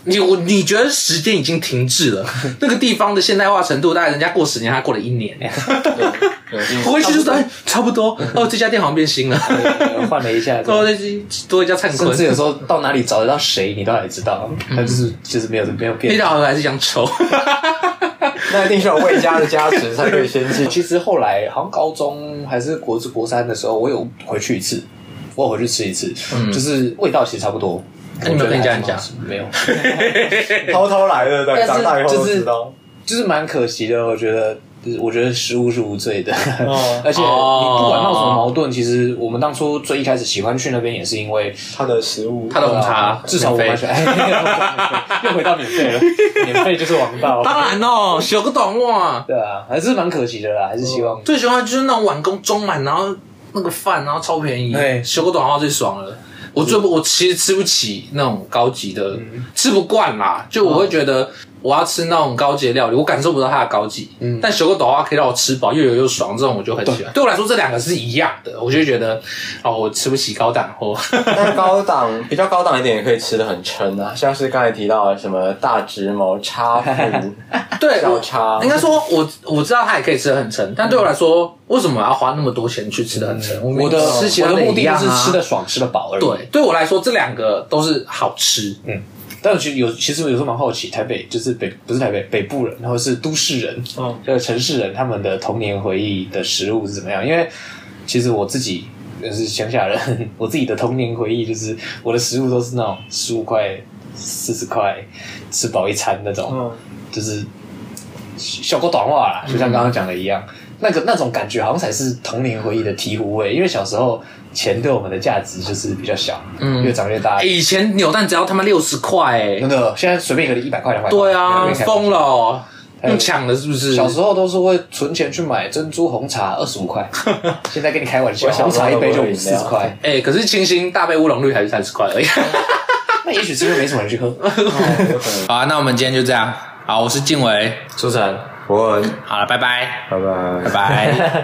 Speaker 1: 你我你觉得时间已经停滞
Speaker 3: *laughs*
Speaker 1: 了，那个地方的现代化程度，大概人家过十年，他过了一
Speaker 3: *laughs*
Speaker 1: 年，我回去就说哎差不多哦，这家店好像变新
Speaker 3: *laughs*
Speaker 1: 了，
Speaker 3: 呃换了一下，
Speaker 1: 多一多一家灿
Speaker 3: 甚至有
Speaker 1: 坤，
Speaker 3: 时候到哪里找得到谁，你都还知道，
Speaker 1: 嗯
Speaker 3: 但就是就是没有没有
Speaker 1: 黑
Speaker 3: 变。
Speaker 1: 道还是想丑，
Speaker 2: 那一定是有魏家的加持才可以先
Speaker 1: *laughs*
Speaker 2: 进。
Speaker 3: 其实后来好像高中还是国国三的时候，我有回去一次，我有回去吃一次，就是味道其实差不多。
Speaker 1: 那你们跟家人讲
Speaker 3: 没有？
Speaker 2: 偷偷来的，对，
Speaker 3: 但是
Speaker 2: 长大以后都
Speaker 3: 就是
Speaker 2: 知道。
Speaker 3: 就是蛮可惜的，我觉得。我觉得食物是无罪的，
Speaker 2: 哦
Speaker 3: 而且你不管闹什么
Speaker 1: 哦
Speaker 3: 矛盾，其实我们当初最一开始喜欢去那边也是因为
Speaker 2: 他的食物，
Speaker 1: 他的红茶
Speaker 3: 至少我
Speaker 1: 免
Speaker 3: 们
Speaker 1: 费
Speaker 3: 哎， *laughs* 又回到免费了，免费就是王道。
Speaker 1: 当然哦，小个懂哇，
Speaker 3: *laughs* 对啊，还是蛮可惜的啦，还是希望
Speaker 1: 最喜欢就是那种碗公装满，然后那个饭，然后超便宜，
Speaker 3: 对
Speaker 1: 小个短号最爽了。我最不，我其实吃不起那种高级的，吃不惯啦。就我会觉得我要吃那种高级的料理，我感受不到它的高级。嗯，但小个短话可以让我吃饱，又油又爽，这种我就很喜欢。对我来说，这两个是一样的，我就觉得哦，我吃不起高档 *laughs* 货。
Speaker 2: 但高档比较高档一点也可以吃的很撑啊，像是刚才提到的什么大直
Speaker 1: *laughs*
Speaker 2: 毛叉腹，
Speaker 1: 对，
Speaker 2: 小
Speaker 1: 我
Speaker 2: 叉
Speaker 1: 应该说我我知道它也可以吃的很撑，但对我来说，为什么我要花那么多钱去吃的很撑？
Speaker 3: 我的
Speaker 1: 吃其他
Speaker 3: 我的目的
Speaker 1: 一样
Speaker 3: 就
Speaker 1: 啊
Speaker 3: 是吃的爽，吃的饱而已。
Speaker 1: 对，对我来说，这两个都是好吃。
Speaker 3: 嗯，但我其实有，其实我有时候蛮好奇，台北就是北不是台北北部人，然后是都市人， *laughs*
Speaker 2: 嗯，
Speaker 3: 这个城市人他们的童年回忆的食物是怎么样？因为其实我自己也是乡下人， *laughs* 我自己的童年回忆就是我的食物都是那种十五块、四十块吃饱一餐那种，
Speaker 2: 嗯，
Speaker 3: 就是小狗短袜啦，就像刚刚讲的一样，那个那种感觉好像才是童年回忆的醍醐味，因为小时候钱对我们的价值就是比较小，
Speaker 1: 嗯
Speaker 3: 越长越大。
Speaker 1: 哎以前扭蛋只要他妈六十块，哎
Speaker 3: 真，的，现在随便一个一百块两百块，
Speaker 1: 对啊，
Speaker 3: 没人敢
Speaker 1: 疯了哦，
Speaker 3: 有
Speaker 1: 用抢的是不是？
Speaker 3: 小时候都是会存钱去买珍珠红茶，二十
Speaker 2: *laughs*
Speaker 3: 五块。现在跟你开玩笑，
Speaker 2: 我小
Speaker 3: 红
Speaker 2: 时候
Speaker 3: 茶一杯就
Speaker 2: 都
Speaker 3: 五
Speaker 2: 不
Speaker 3: 四
Speaker 2: 会饮料
Speaker 3: 十
Speaker 2: *laughs*
Speaker 3: 块。
Speaker 1: 哎，可是清新大杯乌龙绿还是三十块而 *laughs* 已。
Speaker 3: 那也许是因为没什么人去喝。
Speaker 1: *laughs* 好啊，那我们今天就这样。好，我是静伟，
Speaker 2: 苏晨，我
Speaker 1: 好了，拜拜，
Speaker 2: 拜
Speaker 1: *laughs* 拜
Speaker 2: 拜
Speaker 1: 拜。